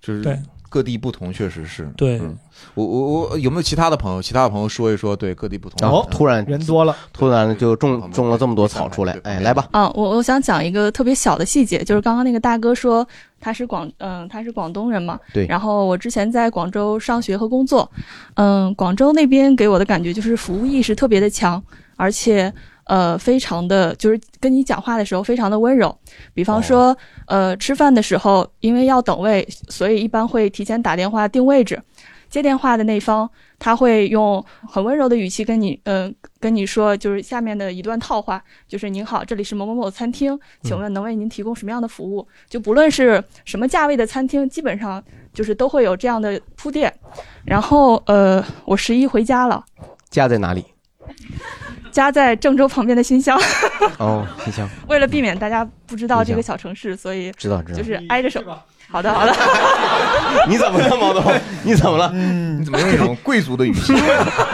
就是对各地不同，确实是。对嗯我我我有没有其他的朋友？其他的朋友说一说，对各地不同。然后啊突然人多了，突然就种种了这么多草出来，哎，来吧，啊，我我想讲一个特别小的细节，就是刚刚那个大哥说他是广，嗯、他是广东人嘛。对然后我之前在广州上学和工作，嗯、广州那边给我的感觉就是服务意识特别的强，而且呃，非常的就是跟你讲话的时候非常的温柔。比方说，呃，吃饭的时候因为要等位，所以一般会提前打电话定位置。接电话的那方，他会用很温柔的语气跟你，嗯、跟你说，就是下面的一段套话，就是您好，这里是某某某餐厅，请问能为您提供什么样的服务？就不论是什么价位的餐厅，基本上就是都会有这样的铺垫。然后，呃，我十一回家了，家在哪里？家在郑州旁边的新乡。 哦，新乡，为了避免大家不知道这个小城市，所以知道知道就是挨着手。好的，好的。 你怎么了，毛总？ 你怎么了？你怎么用一种贵族的语气？嗯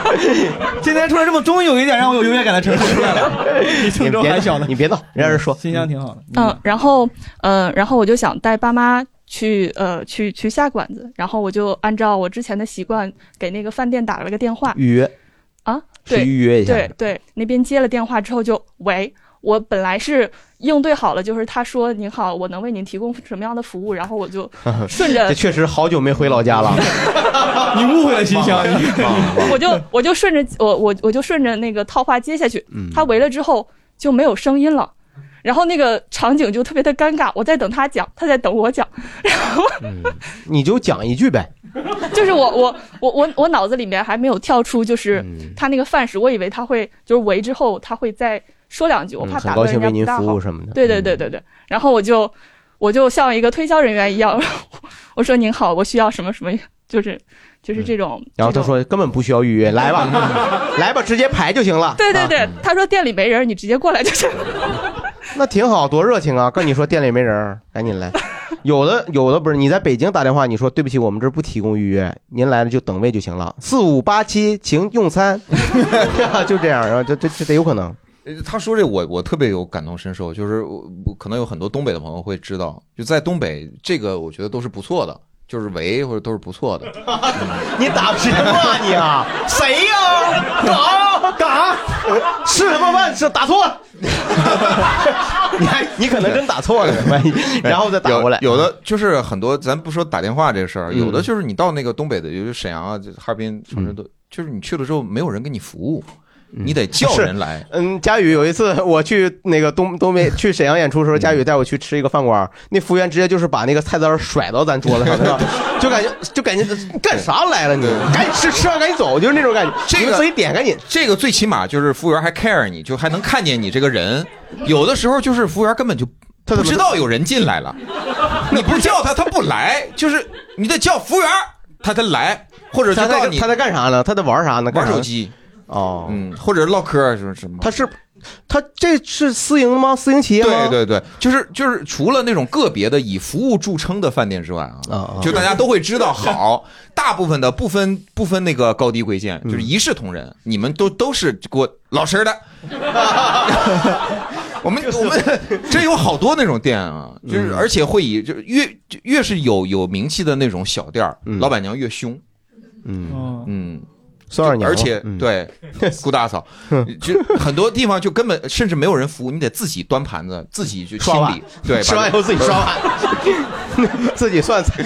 今天突然这么，终于有一点让我有优越感的城市出来了， 比你郑州别还闹小呢。嗯你别闹，人家是说新疆挺 好的。嗯，然后呃，然后我就想带爸妈去呃去去下馆子，然后我就按照我之前的习惯给那个饭店打了个电 话 预约，啊，是对，预约一下对对，那边接了电话之后就喂，我本来是应对好了，就是他说您好，我能为您提供什么样的服务，然后我就顺着这确实好久没回老家了。 你误会了新乡， 我就我就顺着我我我就顺着那个套话接下去嗯，他围了之后就没有声音了。然后那个场景就特别的尴尬，我在等他讲，他在等我讲， 你就讲一句呗。就是我我我我我脑子里面还没有跳出，就是嗯他那个范式，我以为他会就是围之后他会再说两句，我嗯怕很打高断人兴家为您不大服好务什么的嗯对对对对对，然后我就我就像一个推销人员一样， 我说您好，我需要什么什 么，就是嗯就是这种。然后他说根本不需要预约， 来吧，来吧，直接排就行了。对对啊，对，他说店里没人，你直接过来就行。那挺好，多热情啊！跟你说店里没人儿，赶紧来。有的有的不是，你在北京打电话，你说对不起，我们这儿不提供预约，您来了就等位就行了。四五八七，请用餐， 啊就这样，然后这这这得有可能。 呃他说这我我特别有感同身受，就是我我可能有很多东北的朋友会知道，就在东北这个我觉得都是不错的，就是围或者都是不错的。你打 什么啊你啊？谁呀、啊打打呃吃什么饭？是打错了。你还你可能真打错了，万一然后再打过来。有的就是很多，咱不说打电话这事儿，嗯有的就是你到那个东北的，就是沈阳啊、就哈尔滨、长春都，就是你去了之后没有人给你服务，你得叫人来。嗯，佳宇有一次我去那个东东北去沈阳演出的时候，佳宇带我去吃一个饭馆，那服务员直接就是把那个菜单甩到咱桌 子上，是吧就感觉就感觉干啥来了你？赶紧吃吃完赶紧走，就是那种感觉。这你个们自己点赶紧。这个最起码就是服务员还 care 你，就还能看见你这个人。有的时候就是服务员根本就不知道有人进来了，你不叫他他不来，就是你得叫服务员他才来，或者他就在到干你他在干啥呢？他在玩啥呢？玩干啥呢手机哦，嗯，或者唠嗑什么什么。他是他这是私营吗？私营企业吗？对对对，就是就是，除了那种个别的以服务著称的饭店之外啊，就大家都会知道好，大部分的不分不分那个高低贵贱，嗯就是一视同仁，你们都都是给我老实的。 我们我们真有好多那种店啊，就是嗯而且会以就是越就越是有有名气的那种小店儿，老板娘越凶。嗯嗯，算二娘而且嗯 对，顾大嫂，就很多地方就根本甚至没有人服务，你得自己端盘子，自己就清刷碗理，对，吃完以后自己刷 碗，自己算菜，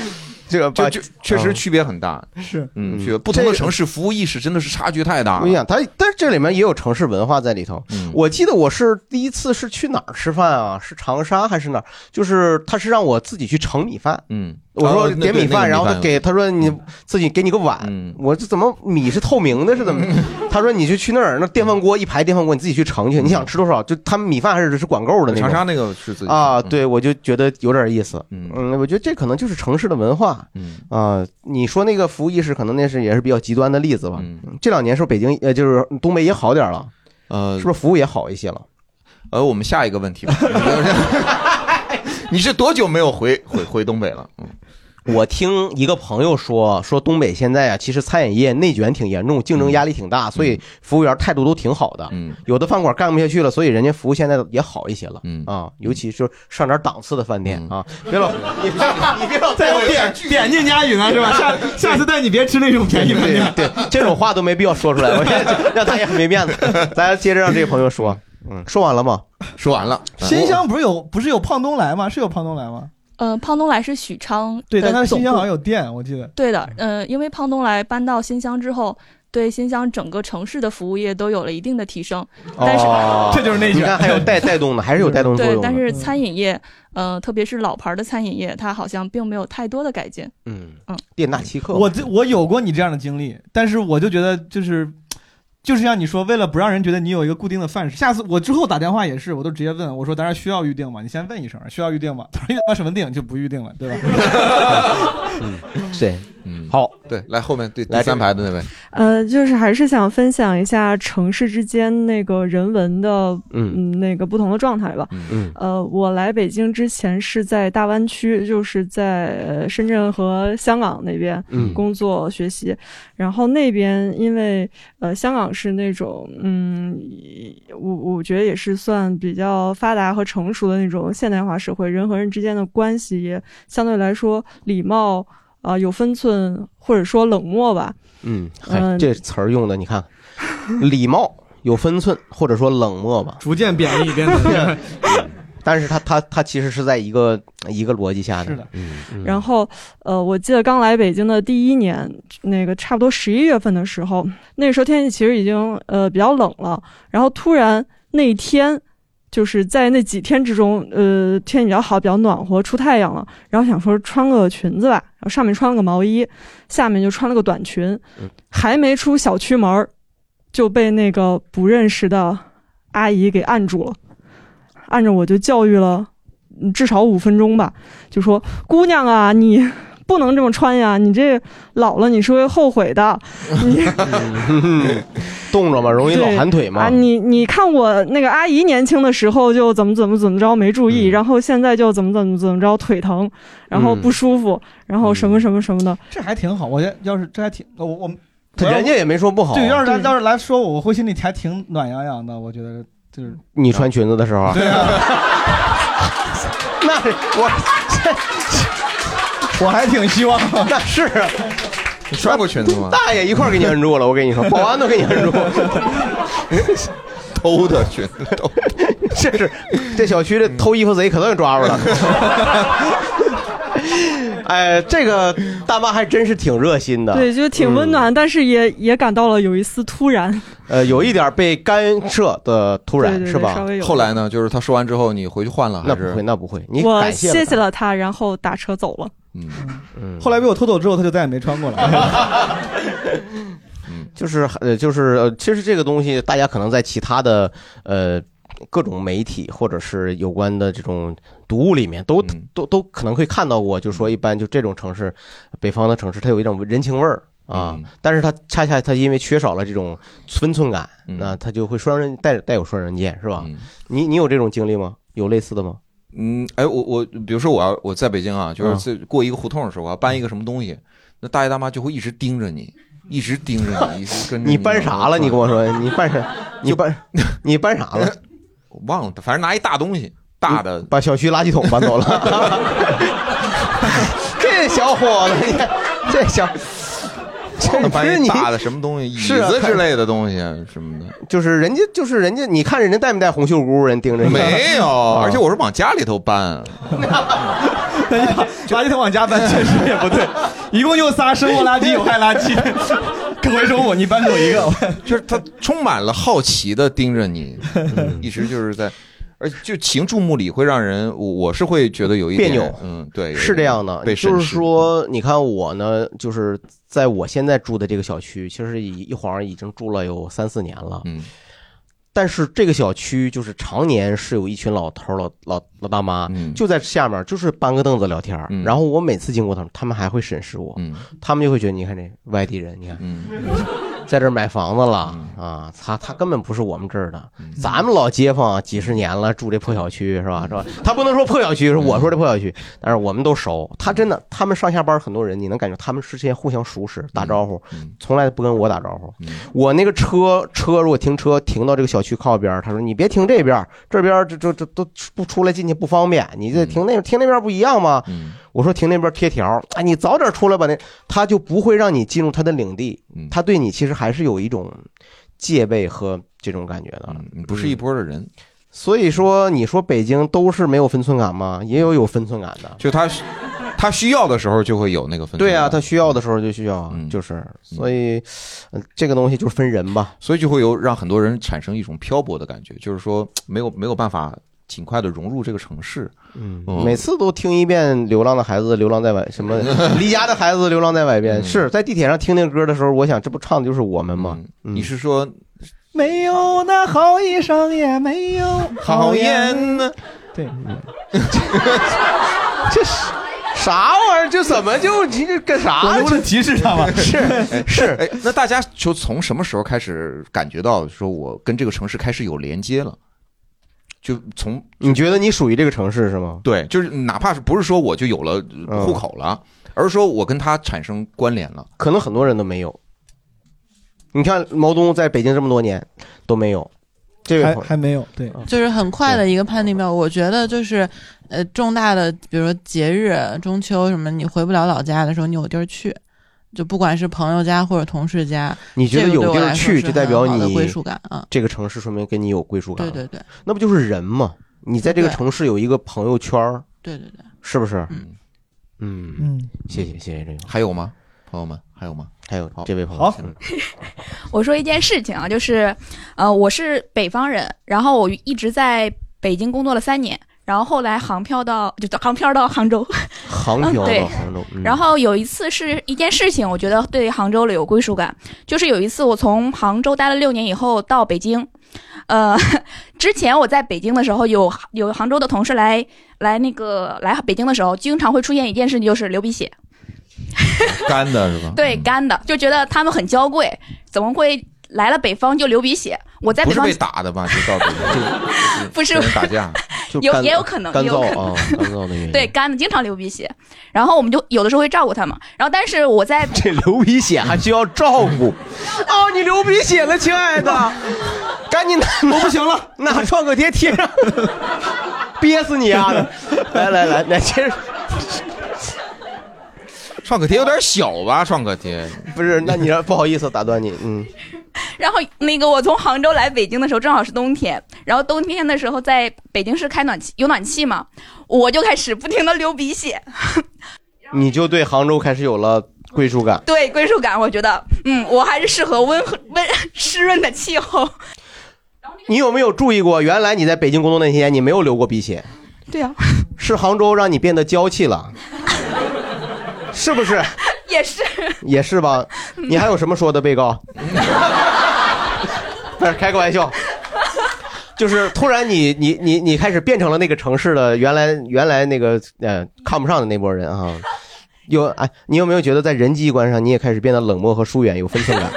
这个就把就确实区别很大，是嗯，去不同的城市服务意识真的是差距太大我了。嗯想，它但是这里面也有城市文化在里头。我记得我是第一次是去哪儿吃饭啊？是长沙还是哪儿？就是他是让我自己去盛米饭。嗯，我哦说那点对米那个饭，米然后他饭嗯给他说你自己给你个碗，我这怎么米是透明的，是 怎么？他说你就去那儿那电饭锅一排电饭锅，你自己去盛去，你嗯想吃多少就他们米饭还是是管够的那种。长沙那个是自己嗯啊，对，我就觉得有点意思。嗯，我觉得这可能就是城市的文化。嗯啊，你说那个服务意识，可能那是也是比较极端的例子吧。嗯这两年是不是北京呃，就是东北也好点了，呃，是不是服务也好一些了？呃，我们下一个问题吧。你是多久没有回回回东北了？嗯，我听一个朋友说，说东北现在啊，其实餐饮业内卷挺严重，竞争压力挺大，所以服务员态度都挺好的。嗯，有的饭馆干不下去了，所以人家服务现在也好一些了。嗯啊，尤其是上点档次的饭店啊，别 老你别你别老再有点点进佳宇呢 是吧？下下次带你别吃那种便宜饭店。对这种话都没必要说出来，我 觉得让他也很没面子。 咱接着让这个朋友说，嗯，说完了吗？说完了。嗯新乡不是有不是有胖东来吗？是有胖东来吗？呃，胖东来是许昌对，但的他新总乡部好像有店，我记得。对的，嗯，因为胖东来搬到新乡之后，对新乡整个城市的服务业都有了一定的提升，但是、哦你看还有带带动的，还是有带动作用嗯的。对，但是餐饮业，呃，特别是老牌的餐饮业，它好像并没有太多的改进。嗯嗯，店大欺客。我这我有过你这样的经历，但是我就觉得就是。就是像你说，为了不让人觉得你有一个固定的范式，下次我之后打电话也是，我都直接问我说：“咱这需要预定吗？你先问一声，需要预定吗？”他说：“你他妈什么定就不预定 了，对吧？”对，嗯，好，对，来后面对第来这三个排的那位，呃，就是还是想分享一下城市之间那个人文的，嗯那个不同的状态吧。嗯呃，我来北京之前是在大湾区，就是在呃深圳和香港那边嗯工作学习，然后那边因为呃香港是那种嗯，以我我觉得也是算比较发达和成熟的那种现代化社会，人和人之间的关系也相对来说礼貌啊、呃有分寸，或者说冷漠吧。嗯，嗨，嗯这词儿用的，你看，礼貌有分寸，或者说冷漠吧，逐渐贬义，变得。但是他他他其实是在一个一个逻辑下的，是的嗯，嗯然后，呃，我记得刚来北京的第一年，那个差不多十一月份的时候，那个时候天气其实已经呃比较冷了。然后突然那一天，就是在那几天之中，呃，天气比较好，比较暖和，出太阳了。然后想说穿个裙子吧，然后上面穿了个毛衣，下面就穿了个短裙，还没出小区门儿，就被那个不认识的阿姨给按住了。按着我就教育了嗯至少五分钟吧，就说：“姑娘啊，你不能这么穿呀，你这老了你是会后悔的。你冻着嘛，容易老对寒腿嘛啊，，你你看我那个阿姨年轻的时候就怎么怎么怎么着没注嗯意，然后现在就怎么怎么怎么着腿疼，然后不舒服，嗯然后什么什么什么的。 这还挺好，我觉得要是这还挺我我们他人家也没说不好啊对，要是来对要是来说我，我会心里还挺暖洋洋的。我觉得就是你穿裙子的时候，对啊， 那我我还挺希望，那是啊你穿过裙子吗？大爷一块儿给你摁住了，我跟你说，保安都给你摁住了，偷的裙子，偷这是这小区这偷衣服贼可算抓住了。哎，这个大妈还真是挺热心的，对，就挺温嗯暖，但是也也感到了有一丝突然。呃，有一点被干涉的突然对对对是吧稍微有后来呢，就是他说完之后，你回去换了，那不会，那不会，我谢谢了他，然后打车走了。 后来被我偷走之后，他就再也没穿过 了。就是呃，就是呃，其实这个东西大家可能在其他的呃各种媒体或者是有关的这种读物里面都、嗯都都可能会看到过，就说一般就这种城市，北方的城市，它有一种人情味儿。嗯啊，但是它恰恰它因为缺少了这种分寸感，嗯那它就会双刃带带有双刃剑，是吧？你你有这种经历吗？有类似的吗？ 嗯，哎，我我比如说我要我在北京啊，就是嗯这过一个胡同的时候，我要搬一个什么东西，那大爷大妈就会一直盯着你，一直盯着你，一直跟着你搬啥了？你跟我 说，你搬啥？你搬你搬啥了？我忘了，反正拿一大东西，大的把小区垃圾桶搬走了。 这 小伙子，你看这小，这搬不是一你大的什么东西，椅是啊子看之类的东西什么的。就是人家，就是人家，你看人家带没带红袖箍？人盯着你没有，啊而且我是往家里头 搬，啊垃圾桶往家搬确实也不对， 一共就仨生活垃圾、有害垃 圾，可回收我你搬走一个。 嗯就是他充满了好奇的盯着你，一直就是在。而且就情注目礼会让人，我我是会觉得有一点别扭嗯，对，有是一这点样的，就被是审视说，你看我呢，就是在我现在住的这个小区，其实一一晃已经住了有三四年了，嗯，但是这个小区就是常年是有一群老头儿老老老大妈，嗯就在下面，就是搬个凳子聊天儿，然后我每次经过他们，他们还会审视我，嗯他们就会觉得，你看这外地人，你看，在这儿买房子了、啊，他他根本不是我们这儿的，咱们老街坊几十年了，住这破小区是吧？是吧？他不能说破小区，是嗯我说这破小区，但是我们都熟。他真的，他们上下班很多人，你能感觉他们之间互相熟嗯识，打招呼，从来不跟我打招呼。我那个车车如果停车停到这个小区靠边儿，他说你别停这边儿，这边儿这这这都不出来进去不方便，你嗯这停那停那边儿不一样吗？我说停那边贴条，哎，你早点出来吧。那他就不会让你进入他的领地，嗯他对你其实还是有一种戒备和这种感觉的，嗯不是一波的人。所以说，你说北京都是没有分寸感吗？也有有分寸感的。就他他需要的时候就会有那个分寸感对啊，他需要的时候就需要，嗯就是所以、呃这个东西就是分人吧，所以就会有让很多人产生一种漂泊的感觉，就是说没有没有办法尽快的融入这个城市。嗯每次都听一遍《流浪的孩子》，流浪在外什 么离家的孩子流浪在外嗯边，是在地铁上听那歌的时候，我想这不唱的就是我们吗？嗯你嗯是说没有那好衣裳，也没有好烟呢？对，这是啥玩意儿？这怎么就你啊这干啥？我能不能提示他吗是是， 哎，那大家就从什么时候开始感觉到说我跟这个城市开始有连接了？就从你觉得你属于这个城市是吗？对，就是哪怕是不是说我就有了户口了，而是说我跟它产生关联了。可能很多人都没有。你看毛东在北京这么多年都没有，这位还朋友还没有啊对，就是很快的一个判定标。我觉得就是，呃，重大的，比如说节日、中秋什么，你回不了老家的时候，你有地儿去，就不管是朋友家或者同事家，你觉得有地儿去，这就个对代我表来说是很好的你归属感啊。这个城市说明跟你有归属感对了，对对，那不就是人嘛？你在这个对城市有一个朋友圈儿，对对对，是不是？嗯嗯，谢谢谢谢这个，还有吗？朋友们，还有吗？还有这位朋友，好，我说一件事情啊，就是，呃，我是北方人，然后我一直在北京工作了三年，然后后来航漂到就航漂到杭州，杭嗯漂对到杭州，嗯然后有一次是一件事情，我觉得对杭州了有归属感，就是有一次我从杭州待了六年以后到北京，呃， 之前我在北京的时候有有杭州的同事来来那个来北京的时候，经常会出现一件事情，就是流鼻血。干的是吧？对，干的，就觉得他们很娇贵，怎么会来了北方就流鼻血？我在不北是方被打的吧？就到底 就不是跟人打架，就有干也有可能干也有燥可能啊干燥的原对干的经常流鼻血，然后我们就有的时候会照顾他们，然后但是我在 这流鼻血还需要照顾，哦，你流鼻血了，亲爱的， 赶紧拿，我不行了，拿创可贴贴上，憋死你丫的！来来来，来接着。创可贴有点小吧？创可贴不是？那你让不好意思打断你，嗯，然后那个我从杭州来北京的时候正好是冬天，然后冬天的时候在北京市开暖气有暖气嘛，我就开始不停的流鼻血，你就对杭州开始有了归属感。对归属感，我觉得嗯，我还是适合温和温 湿润的气候。你有没有注意过，原来你在北京工作那些年，你没有流过鼻血，对呀、是杭州让你变得娇气了， 是不是？也是。 也是吧？嗯你还有什么说的，被 告？不是开个玩笑，就是突然你你你你开始变成了那个城市的原来原来那个呃看不上的那波人啊。有哎，你有没有觉得在人际关系上你也开始变得冷漠和疏远，有分寸 感？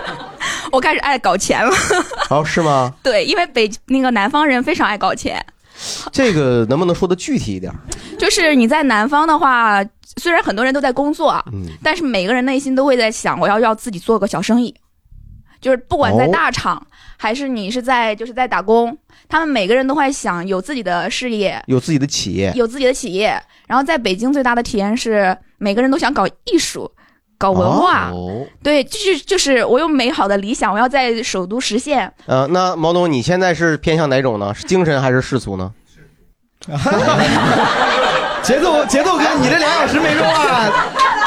我开始爱搞钱了， 哦，是吗？对，因为北那个南方人非常爱搞钱，这个能不能说的具体一点？就是你在南方的话，虽然很多人都在工作啊，嗯但是每个人内心都会在想，我要要自己做个小生意。就是不管在哦大厂、还是你是在就是在打工，他们每个人都会想有自己的事业，有自己的企业，有自己的企业。然后在北京最大的体验是，每个人都想搞艺术，搞文化。哦对，就是就是我有美好的理想，我要在首都实现。呃，那毛东，你现在是偏向哪种呢？是精神还是世俗呢？ 节奏节奏哥，你这俩小时没说话了，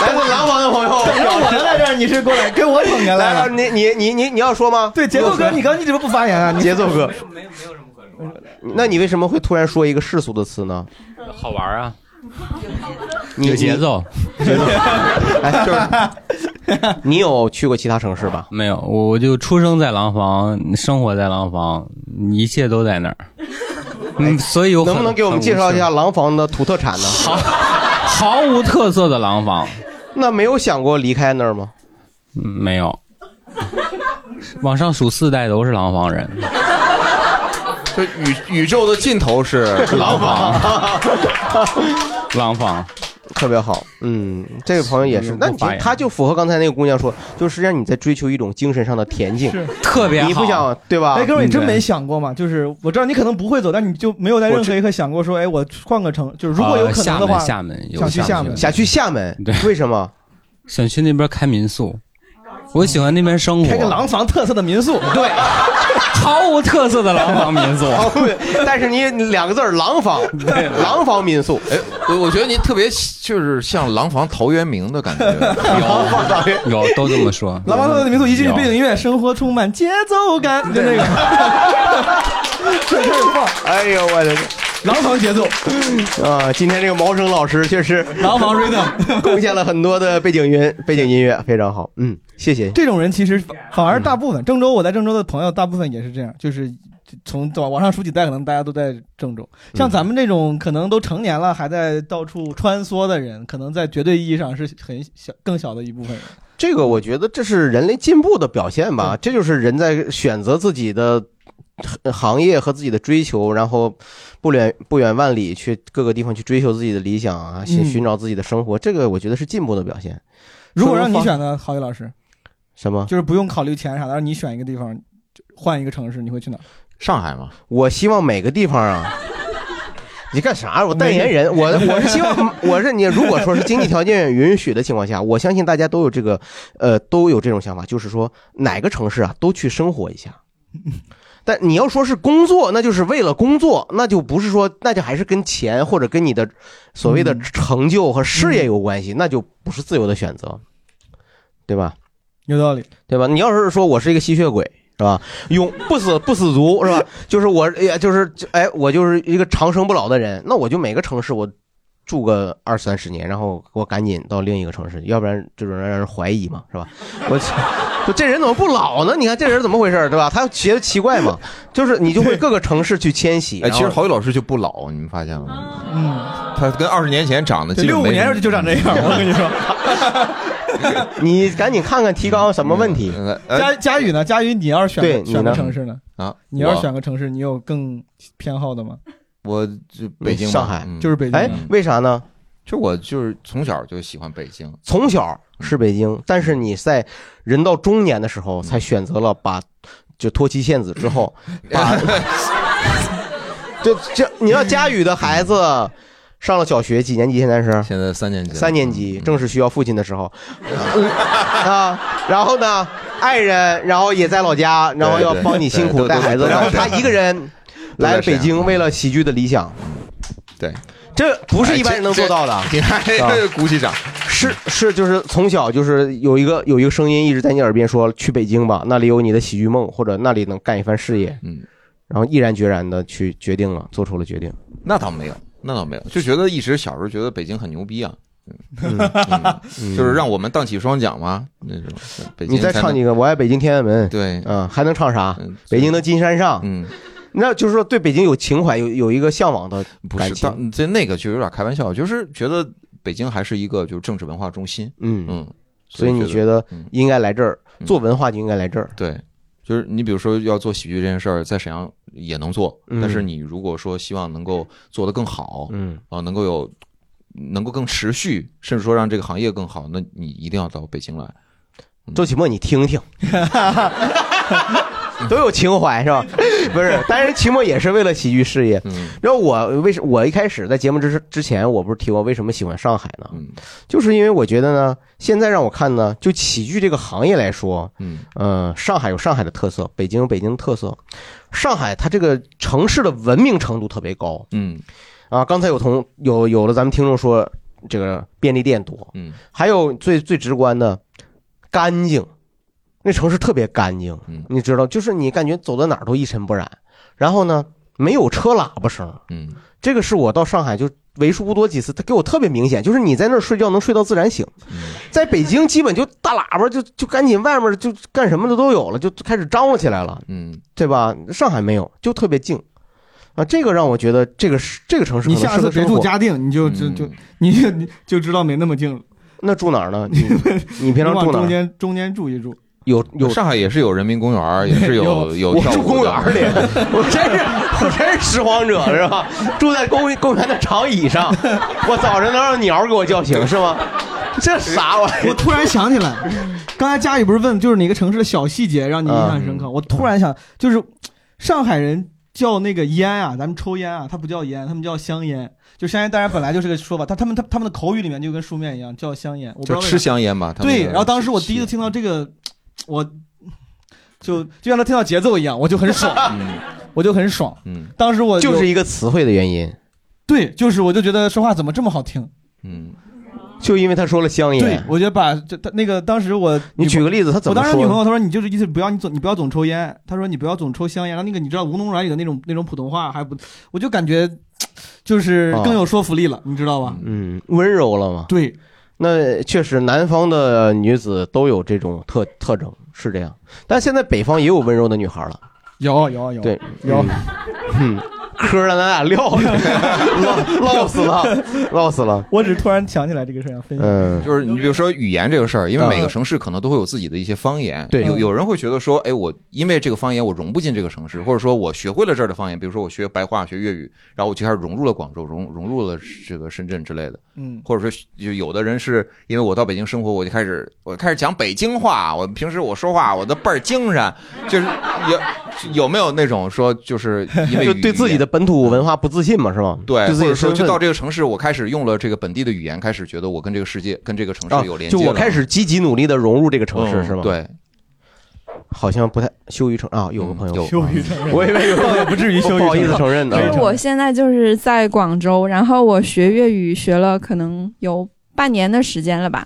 来自廊坊的朋友，等着我呢来这儿，你是过来跟我捧哏来来了，了？你你你你你要说吗？对，节奏你要哥，说你刚你怎么不发言啊？你节奏哥，那你为什么会突然说一个世俗的词呢？好玩儿啊，你有节奏，节奏。哎，就是你有去过其他城市吧？没有，我我就出生在廊坊，生活在廊坊，一切都在那儿。嗯，所以有能不能给我们介绍一下廊坊的土特产呢？毫毫无特色的廊坊，那没有想过离开那儿吗？嗯没有。往上数四代都是廊坊人，就宇宇宙的尽 头是廊坊，廊坊。特别好，嗯，这位朋友也是嗯，那你发言他就符合刚才那个姑娘说，就是让你在追求一种精神上的恬静是，特别好嗯你不想对吧？哎，哥们儿，你真没想过吗？就是我知道你可能不会走，但你就没有在任何一刻想嗯过说，哎，我换个城，就是如果有可能的话，呃厦门厦门有想去厦厦门门，想去厦门，对，为什么？想去那边开民宿，我喜欢那边生活。开个廊坊特色的民宿，对，毫无特色的廊坊民宿 毫无但是你你两个字儿廊坊，廊坊民宿，哎， 我我觉得您特别就是像廊坊陶渊明的感 觉，有有都这么说 廊坊特色的民宿，一进去背景音乐，生活充满节奏感，就那个，这这 放，哎呦我的，廊坊节奏啊！今天这个毛生老师确实廊坊 rhythm 贡献了很多的背景音背景音乐，非常好，嗯，谢谢。这种人其实反反而大部分郑州，我在郑州的朋友大部分也是这样，就是从往往上数几代，可能大家都在郑州。嗯像咱们这种可能都成年了还在到处穿梭的人，可能在绝对意义上是很小更小的一部分人。这个我觉得这是人类进步的表现吧，这就是人在选择自己的呃行业和自己的追求，然后不远不远万里去各个地方去追求自己的理想啊，寻嗯寻找自己的生活，这个我觉得是进步的表现。如果让你说选呢，郝宇老师，什么？就是不用考虑钱啥的，让你选一个地方，就换一个城市，你会去哪儿？上海吗？我希望每个地方啊。 你干啥？我代言人，没我我是希 望，我是你。如果说是经济条件允许的情况 下，我相信大家都有这个，呃，都有这种想法，就是说哪个城市啊，都去生活一 下。但你要说是工作，那就是为了工作，那就不是说，那就还是跟钱或者跟你的所谓的成就和事业有关系，那就不是自由的选择，对吧？有道理，对吧？你要是说我是一个吸血鬼，是吧？永不死不死族， 是吧？就是我，哎呀，就是就哎，我就是一个长生不老的人，那我就每个城市我住个二三十年，然后我赶紧到另一个城市，要不然这种人让人怀疑嘛，是吧？我就这人怎么不老呢？你看这人怎么回事，对吧？他觉得奇怪嘛，就是你就会各个城市去迁徙。哎，其实然后郝宇老师就不老，你们发现了吗？嗯，他跟二十年前长得基本六五没什么年就长这样，我跟你说。你赶紧看看提纲什么问题。嗯呃佳佳宇呢？佳宇，你要是选哎对个你选个呢城市呢？啊，你要是我选个城市，你有更偏好的吗？我就北京吧、上海嗯就是北京哎， 为啥呢？就我就是从小就喜欢北京，从小是北京，但是你在人到中年的时候才选择了把就脱妻献子之 后，把就这你让佳宇的孩子上了小学几年级？现在是现在三年级，嗯三年级，正是需要父亲的时候啊。然后呢，爱人，然后也在老家，然后要帮你辛苦带孩子，对对对然后他一个人都在来沈北阳京为了喜剧的理想，对，这不是一般人能做到的哎。这这你啊看，鼓起掌。是是，就是从小就是有一个有一个声音一直在你耳边说去北京吧，那里有你的喜剧梦，或者那里能干一番事业。嗯，然后毅然决然的去决定了，做出了决定。那倒没有，那倒没有，就觉得一直小时候觉得北京很牛逼啊，嗯 嗯就是让我们荡起双桨嘛那种。北京你再才唱能几个《我爱北京天安门》，对，嗯，还能唱啥？北京的金山上，嗯，那就是说对北京有情怀，有有一个向往的不感是，情。但这那个就有点开玩笑，就是觉得北京还是一个就是政治文化中心。嗯嗯，所以你觉得应该来这儿做文化就应该来这儿？对，就是你比如说要做喜剧这件事儿，在沈阳也能做，嗯但是你如果说希望能够做得更好，嗯，啊、能够有能够更持续，甚至说让这个行业更好，那你一定要到北京来。嗯周启墨，你听 听，都有情怀是 吧？不是，但是期末也是为了喜剧事业。嗯然后我为什我一开始在节目之之前，我不是提过为什么喜欢上海呢？嗯就是因为我觉得呢，现在让我看呢，就喜剧这个行业来说，嗯，呃，上海有上海的特色，北京有北京的特色，上海它这个城市的文明程度特别高，嗯，啊，刚才有同有有了咱们听众说这个便利店多，嗯，还有最最直观的干净，嗯那城市特别干净，你知道，就是你感觉走到哪儿都一尘不染。然后呢，没有车喇叭声。嗯，这个是我到上海就为数不多几次，它给我特别明显，就是你在那儿睡觉能睡到自然醒，嗯在北京基本就大喇叭就就赶紧外面就干什么的都有了，就开始张罗起来了，嗯，对吧？上海没有，就特别静。啊，这个让我觉得这个是这个城市你可能下适合次别生住活嘉定，你就就就嗯你就你就知道没那么近了。那住哪儿呢？你 你你平常往住哪中儿？间中间住一住，有有上海也是有人民公园儿，也 是有有我跳住舞公的园 儿里， 我真是我真是拾荒者是吧？住在公公园的长椅上，我早晨能让鸟儿给我叫醒是吗？这啥玩意儿？我突然想 起来，刚才佳宇不是问就是哪个城市的小细节让你印象深刻？我突然想，就是上海人叫那个烟啊，咱们抽烟啊，它不叫烟，他们叫香烟。就香烟，当然本来就是个说法，他他们他他们的口语里面就跟书面一样叫香烟，我不知就道为啥吃香烟吧他们对，那个然后当时我第一次听到这个，我就就像他听到节奏一样，我就很爽，我就很爽。嗯，当时我就是一个词汇的原因，对，就是我就觉得说话怎么这么好听？嗯，就因为他说了香对烟，。我觉得把这他那个当时我你女举朋个例子，他怎我么当时说女呢？朋友她说你就是意思不要你总你不要总抽烟，她说你不要总抽香烟，然后那个你知道吴侬软语的那种那种普通话还不，我就感觉就是啊更有说服力了，你知道吧？嗯，温柔了嘛。对，那确实南方的女子都有这种特特征，是这样。但现在北方也有温柔的女孩了。有有有对，有嗯， 嗯，嗑儿让咱俩撂了，唠唠死了，唠死了。 我只是突然想起来这个事儿要分享。嗯，就是你比如说语言这个事儿，因为嗯每个城市可能都会有自己的一些方言。对有有人会觉得说，哎，我因为这个方言我融不进这个城市，或者说我学会了这儿的方言，比如说我学白话、学粤语，然后我就开始融入了广州，融融入了这个深圳之类的。嗯或者说有有的人是因为我到北京生活，我就开始我开始讲北京话，我平时我说话我都倍儿精神，就是有有没有那种说就是 因为就语嗯对自己的本土文化不自信嘛，是吧？对，对自己或者的说身就份到这个城市，我开始用了这个本地的语言，开始觉得我跟这个世界、跟这个城啊市有，连接就了、我开始积极努力的融入这个城市，嗯是吗？对，嗯好像不太羞于承啊，有个朋友羞于承 认，我以为有个不至于不好意思承认嗯 的。因为我现在就是在广州，然后我学粤语学了可能有半年的时间了吧。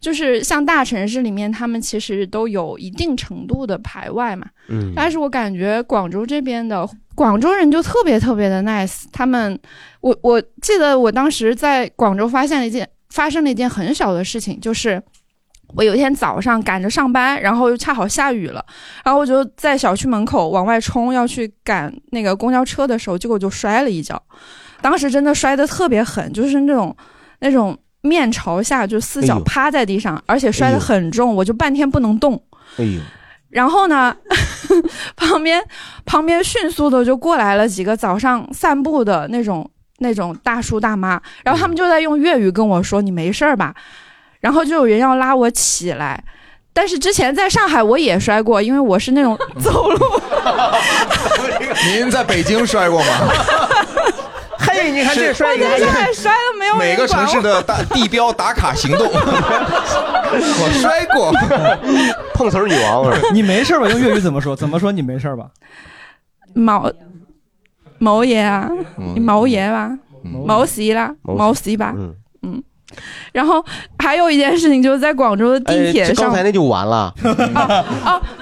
就是像大城市里面，他们其实都有一定程度的排外嘛。嗯但是我感觉广州这边的广州人就特别特别的 nice，他们，我我记得我当时在广州发现了一件发生了一件很小的事情，就是我有一天早上赶着上班，然后又恰好下雨了，然后我就在小区门口往外冲，要去赶那个公交车的时候，结果就摔了一跤。当时真的摔得特别狠，就是那种那种面朝下，就四哎脚呦趴在地上，而且摔哎得呦很重，我就半天不能动。哎呦，然后呢， 旁边旁边迅速的就过来了几个早上散步的那种那种大叔大妈，然后他们就在用粤语跟我说：“你没事儿吧？”然后就有人要拉我起来。但是之前在上海我也摔过，因为我是那 种走路，您在北京摔过吗？嘿，你看这摔 我在上海摔的 没有人每个城管市我的大地标打卡行 动，我摔过，碰瓷儿女王了。你没事吧？用粤语怎么说？怎么说你没事吧？毛毛爷啊，嗯你毛爷吧，毛死啦，嗯毛毛死吧，嗯嗯。然后还有一件事情，就是在广州的 地哎铁这上，刚才那就完 了。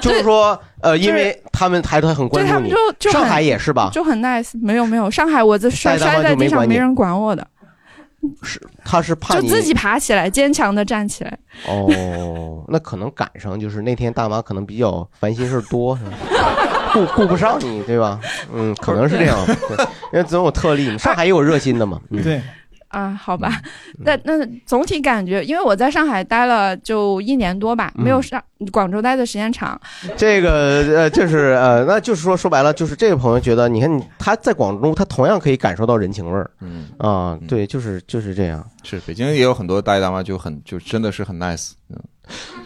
就是说，呃，因为他们还都很关对他注们你啊就就，很上海也是吧？就很 nice，没有没有，上海我这摔带的话摔在就没地上管你没人管我的，他是怕就你自己爬起来，坚强的站起来。哦，那可能赶上就是那天大妈可能比较烦心事儿多，是吧顾顾不上你，对吧？嗯，可能是这样，对因为总有特例嘛。上海也有热心的嘛，嗯、对，啊，好吧，那那总体感觉，因为我在上海待了就一年多吧，嗯没有上广州待的时间长，这个呃，就是呃，那就是说说白了，就是这位朋友觉得，你看你他在广州，他同样可以感受到人情味儿，嗯啊，对，就是就是这样。是北京也有很多大爷大妈就很就真的是很 nice，嗯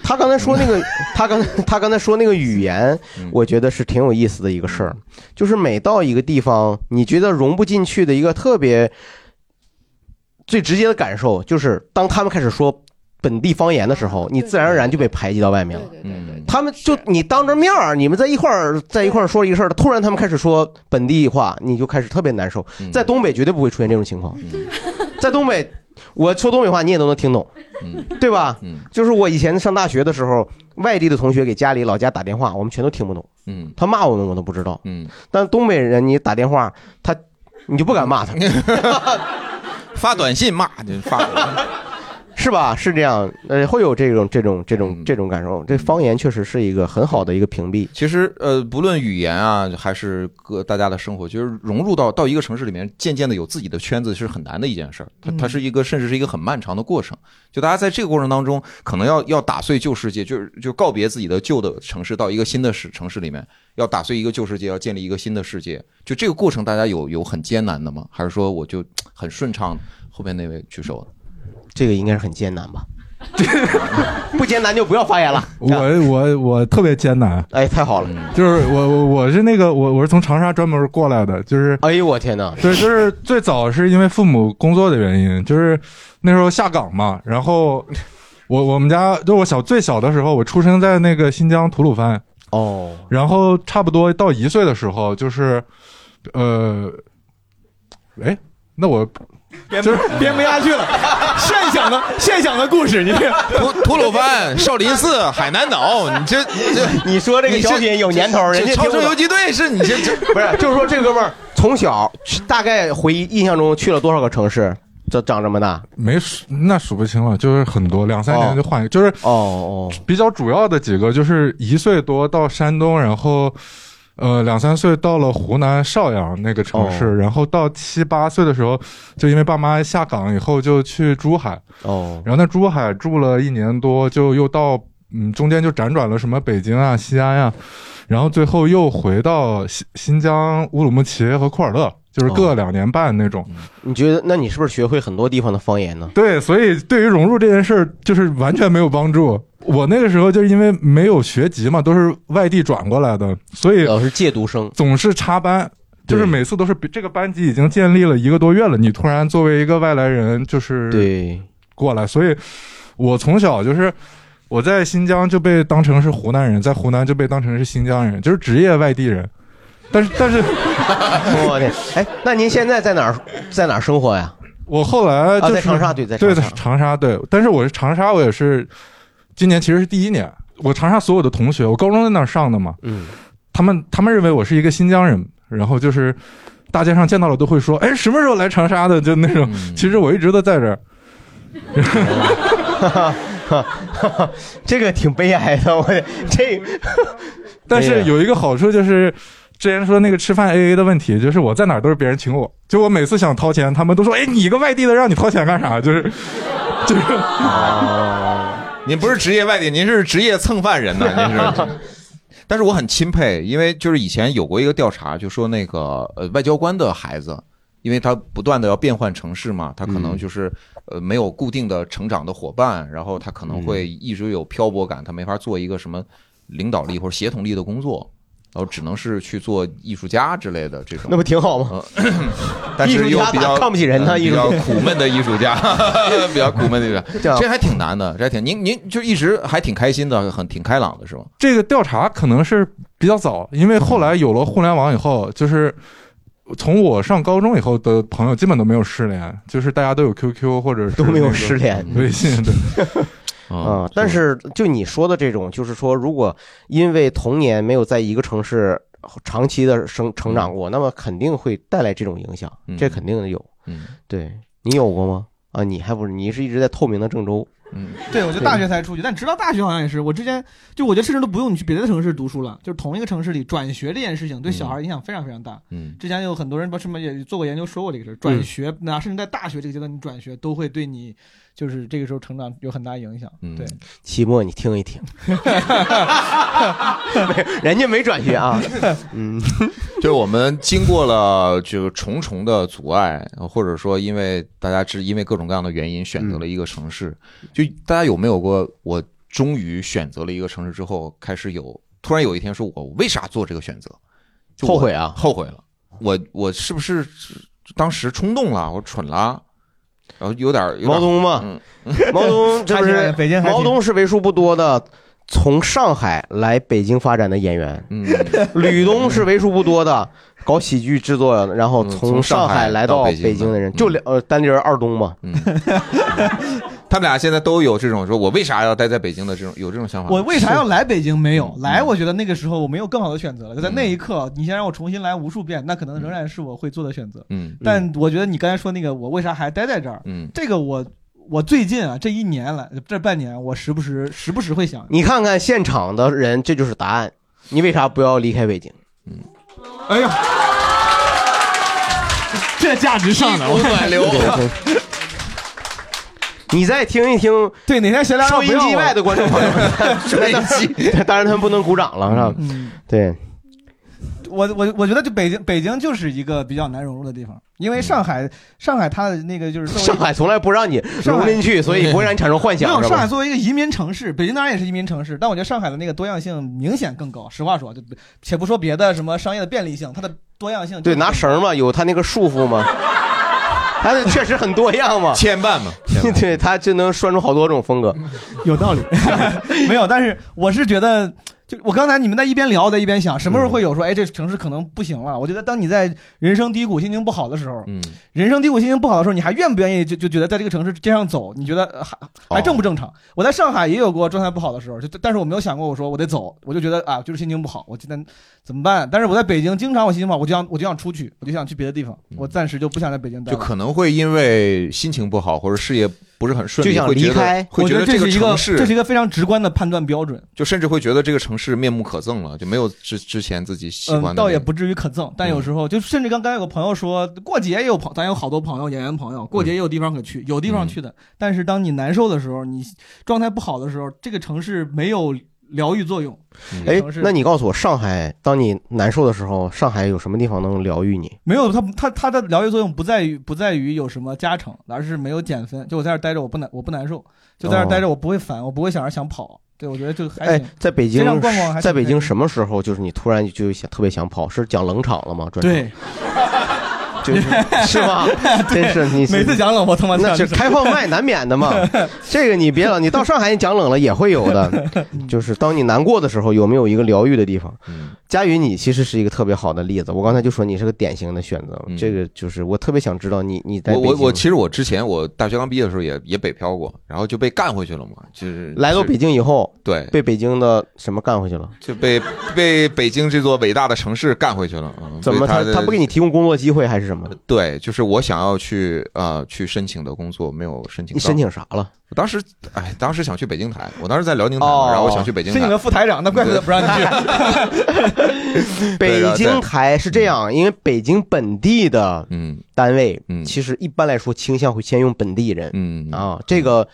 他刚才说那个，他刚他刚才说那个语言，嗯我觉得是挺有意思的一个事儿，就是每到一个地方，你觉得融不进去的一个特别最直接的感受，就是当他们开始说本地方言的时候，你自然而然就被排挤到外面了。嗯，他们就你当着面儿，你们在一块儿在一块儿说一个事儿，突然他们开始说本地话，你就开始特别难受。嗯在东北绝对不会出现这种情况， 在东嗯北我说东北话你也都能听懂，对吧？就是我以前上大学的时候，外地的同学给家里老家打电话，我们全都听不懂。嗯，他骂我们我都不知道。嗯，但东北人你打电话，他你就不敢 骂他，发短信骂啊就发， 是吧？是这样，呃，会有这种这种这嗯种这种感受。这方言确实是一个很好的一个屏蔽。其实呃，不论语言啊，还是各大家的生活，就是融入到到一个城市里面，渐渐的有自己的圈子是很难的一件事儿。它嗯它是一个甚至是一个很漫长的过程。就大家在这个过程当中，可能要要打碎旧世界，就是就告别自己的旧的城市，到一个新的市城市里面，要打碎一个旧世界，要建立一个新的世界。就这个过程，大家有有很艰难的吗？还是说我就很顺 畅？后面那位举手了。这个应该是很艰难吧？ 不艰难就不要发言了。我我我特别艰难，哎，太好了，嗯就是我我我是那个我我是从长沙专门过来的，就是哎呦我天哪！对，就是最早是因为父母工作的原因，就是那时候下岗嘛，然后我我们家就我小最小的时候，我出生在那个新疆吐鲁番哦，然后差不多到一岁的时候，就是呃，哎，那 我编不编不下去了，现想的现想的故事，你这吐吐鲁番、少林寺、海南 岛，你这这你说这个小品有年头儿，人家超听不生懂游击队是你这这 不是，就是说这哥们儿从小大概回忆印象中去了多少个城市？这长这么大，没数那数不清了，就是很多，两三年就换一个，就是哦哦，比较主要的几个就是一岁多到山东，然后呃两三岁到了湖南邵阳那个城市，哦然后到七八岁的时候，就因为爸妈下岗以后就去珠海，哦，然后在珠海住了一年多，就又到嗯中间就辗转了什么北京啊、西安呀、然后最后又回到新新疆乌鲁木齐和库尔勒，就是哦各两年半那种。你觉得那你是不是学会很多地方的方言呢？对，所以对于融入这件事儿，就是完全没有帮助。我那个时候就是因为没有学籍嘛，都是外地转过来的，所以老是借读生，总是插班，就是每次都是比这个班级已经建立了一个多月了，你突然作为一个外来人，就是对过来，所以我从小就是。我在新疆就被当成是湖南人，在湖南就被当成是新疆人，就是职业外地人。但是，但是， 我天，哎，那您现在在哪儿在哪儿生活呀？我后来就啊是、在长沙对在对长沙长沙对，但是我是长沙，我也是今年其实是第一年，我长沙所有的同学，我高中在那儿上的嘛，嗯，他们他们认为我是一个新疆人，然后就是大街上见到了都会说，哎，什么时候来长沙的？就那种，其实我一直都在这儿。 这个挺悲哀的，我这。 哎但是有一个好处就是，之前说那个吃饭 AA 的问题，就是我在哪儿都是别人请我，就我每次想掏钱，他们都说：“哎，你一个外地的，让你掏钱干啥？”就是，就是， 您不是职业外地，您是职业蹭饭人呐， 您是。但是我很钦佩，因为就是以前有过一个调查，就说那个呃外交官的孩子，因为他不断的要变换城市嘛，他可嗯能就是、呃没有固定的成长的伙伴，然后他可能会一直有漂泊感，他没法做一个什么领导力或者协同力的工作，然后只能是去做艺术家之类的这种。呃那不挺好吗？ 但艺是术又家比咋较看不起人呢？呃艺比术较家苦闷的艺术家， 比较苦闷的艺术这样家，这还挺难的，这还挺您您就一直还挺开心的，很挺开朗的是吧？这个调查可能是比较早，因为后来有了互联网以后，就是从我上高中以后的朋友基本都没有失联，就是大家都有 QQ 或者是都没有那个失联微信对。啊、但是就你说的这种，就是说，如果因为童年没有在一个城市长期的生成长过，那么肯定会带来这种影响，这肯定的有。嗯，对你有过吗？啊，你还不是，你是一直在透明的郑州。嗯， 对，我就大学才出去，但直到大学好像也是，我之前就我觉得甚至都不用你去别的城市读书了，就是同一个城市里转学这件事情对小孩影响非常非常大。嗯，之前有很多人不什么也做过研究说过这个事儿，转学哪甚至在大学这个阶段你转学都会对你就是这个时候成长有很大影响。嗯嗯 对，期末你听一听， 人家没转学 啊。嗯，就是我们经过了就重重的阻碍，或者说因为大家是因为各种各样的原因选择了一个城市，嗯就大家有没有过我终于选择了一个城市之后，开始有突然有一天说我为啥做这个选择？就我后悔啊后悔了，我我是不是当时冲动了，我蠢了，然后有点有点毛泽东嘛嗯， 毛泽东这不还是挺北京还挺毛泽东是为数不多的从上海来北京发展的演员，嗯， 吕东是为数不多的搞喜剧制作，然后从从上上海海来到到北京北京的人，就两呃单立人二东嘛，他们俩现在都有这种说，我为啥要待在北京的这种有这种想法吗。我为啥要来北京？没有来，我觉得那个时候我没有更好的选择了。就在那一刻，你先让我重新来无数遍，那可能仍然是我会做的选择。嗯但我觉得你刚才说那个，我为啥还待在这儿？嗯，这个我我最近啊，这一年来，这半年，我时不时时不时会想，你看看现场的人，这就是答案。你为啥不要离开北京？哎 呀，这价值上的，我感觉。 你再听一听，对哪天闲聊收音机外的观众朋友们，收音机， 当然他们不能鼓掌了，是吧？对，我我我觉得就北京北京就是一个比较难融入的地方，因为上海上海它的那个就是作为一个嗯上海从来不让你上融海进去，所以不会让你产生幻没想，有，是上海吧？作为一个移民城市，北京当然也是移民城市，但我觉得上海的那个多样性明显更高。实话说，就且不说别的什么商业的便利性，它的多样性对，拿绳儿嘛，有他那个束缚 嘛，他确实很多样嘛，牵绊嘛， 对，他就能拴出好多种风格。有道理， 没有。但是我是觉得，就我刚才你们在一边聊，我在一边想，什嗯么时候会有说，哎，这城市可能不行了？我觉得当你在人生低谷、心情不好的时候，嗯，人生低谷、心情不好的时候，你还愿不愿意就就觉得在这个城市街上走？你觉得呃还还正不正常？我在上海也有过状态不好的时候，就但是我没有想过，我说我得走，我就觉得啊，就是心情不好，我今天怎么办？但是我在北京，经常我心情不好，我就想我就想出去，我就想去别的地方，我暂时就不想在北京嗯待嗯就了。可能会因为心情不好或者事业不是很顺利，就想会觉得离开会我觉觉得得这个是一城个市，这是一个非常直观的判断标准。就甚至会觉得这个城市面目可憎了，就没有之之前自己喜欢的那个。嗯，嗯倒也不至于可憎，但有时候就甚至刚刚有个朋友说，过节也有朋，咱有好多朋友，演员朋友，过嗯节也有地方可去，有地方去的。但是当你难受的时候，你状态不好的时候，这个城市没有疗愈作用。嗯这个 哎城，市那你告诉我，上海当你难受的时候，上海有什么地方能疗愈你？没有它它它的疗愈作用不在于不在于有什么加成，而是没有减分。就我在这儿待着，我不难我不难受，就在这儿哦待着我不会烦，我不会想着想跑。对，我觉得就还哎行，在北街京上逛逛还，挺在北京开心什么时候就是你突然就想特别想跑？是讲冷场了吗？专场对，？就是是吧真 对是你每次讲冷我他妈那想是着开放麦难免的嘛。 这个你别老，你到上海你讲冷了也会有 的。就是当你难过的时候，有没有一个疗愈的地方？嗯佳宇，你其实是一个特别好的例子。我刚才就说你是个典型的选择，嗯这个就是我特别想知道你你在我北我京我，其实我之前我大学刚毕业的时候也也北漂过，然后就被干回去了嘛，就是来到是北京以后，对被北京的什么干回去了？就被被北京这座伟大的城市干回去了。嗯怎么被他的他不给你提供工作机会还是什么？对，就是我想要去呃去申请的工作没有申请到。你申请啥了？我当时哎，当时想去北京台，我当时在辽宁台嘛，哦然后我想去北京台。申请了副台长，那怪不得不让你去。 北对的京台是这样，因为北京本地的嗯单位，其实一般来说倾向会先用本地人，嗯啊，这个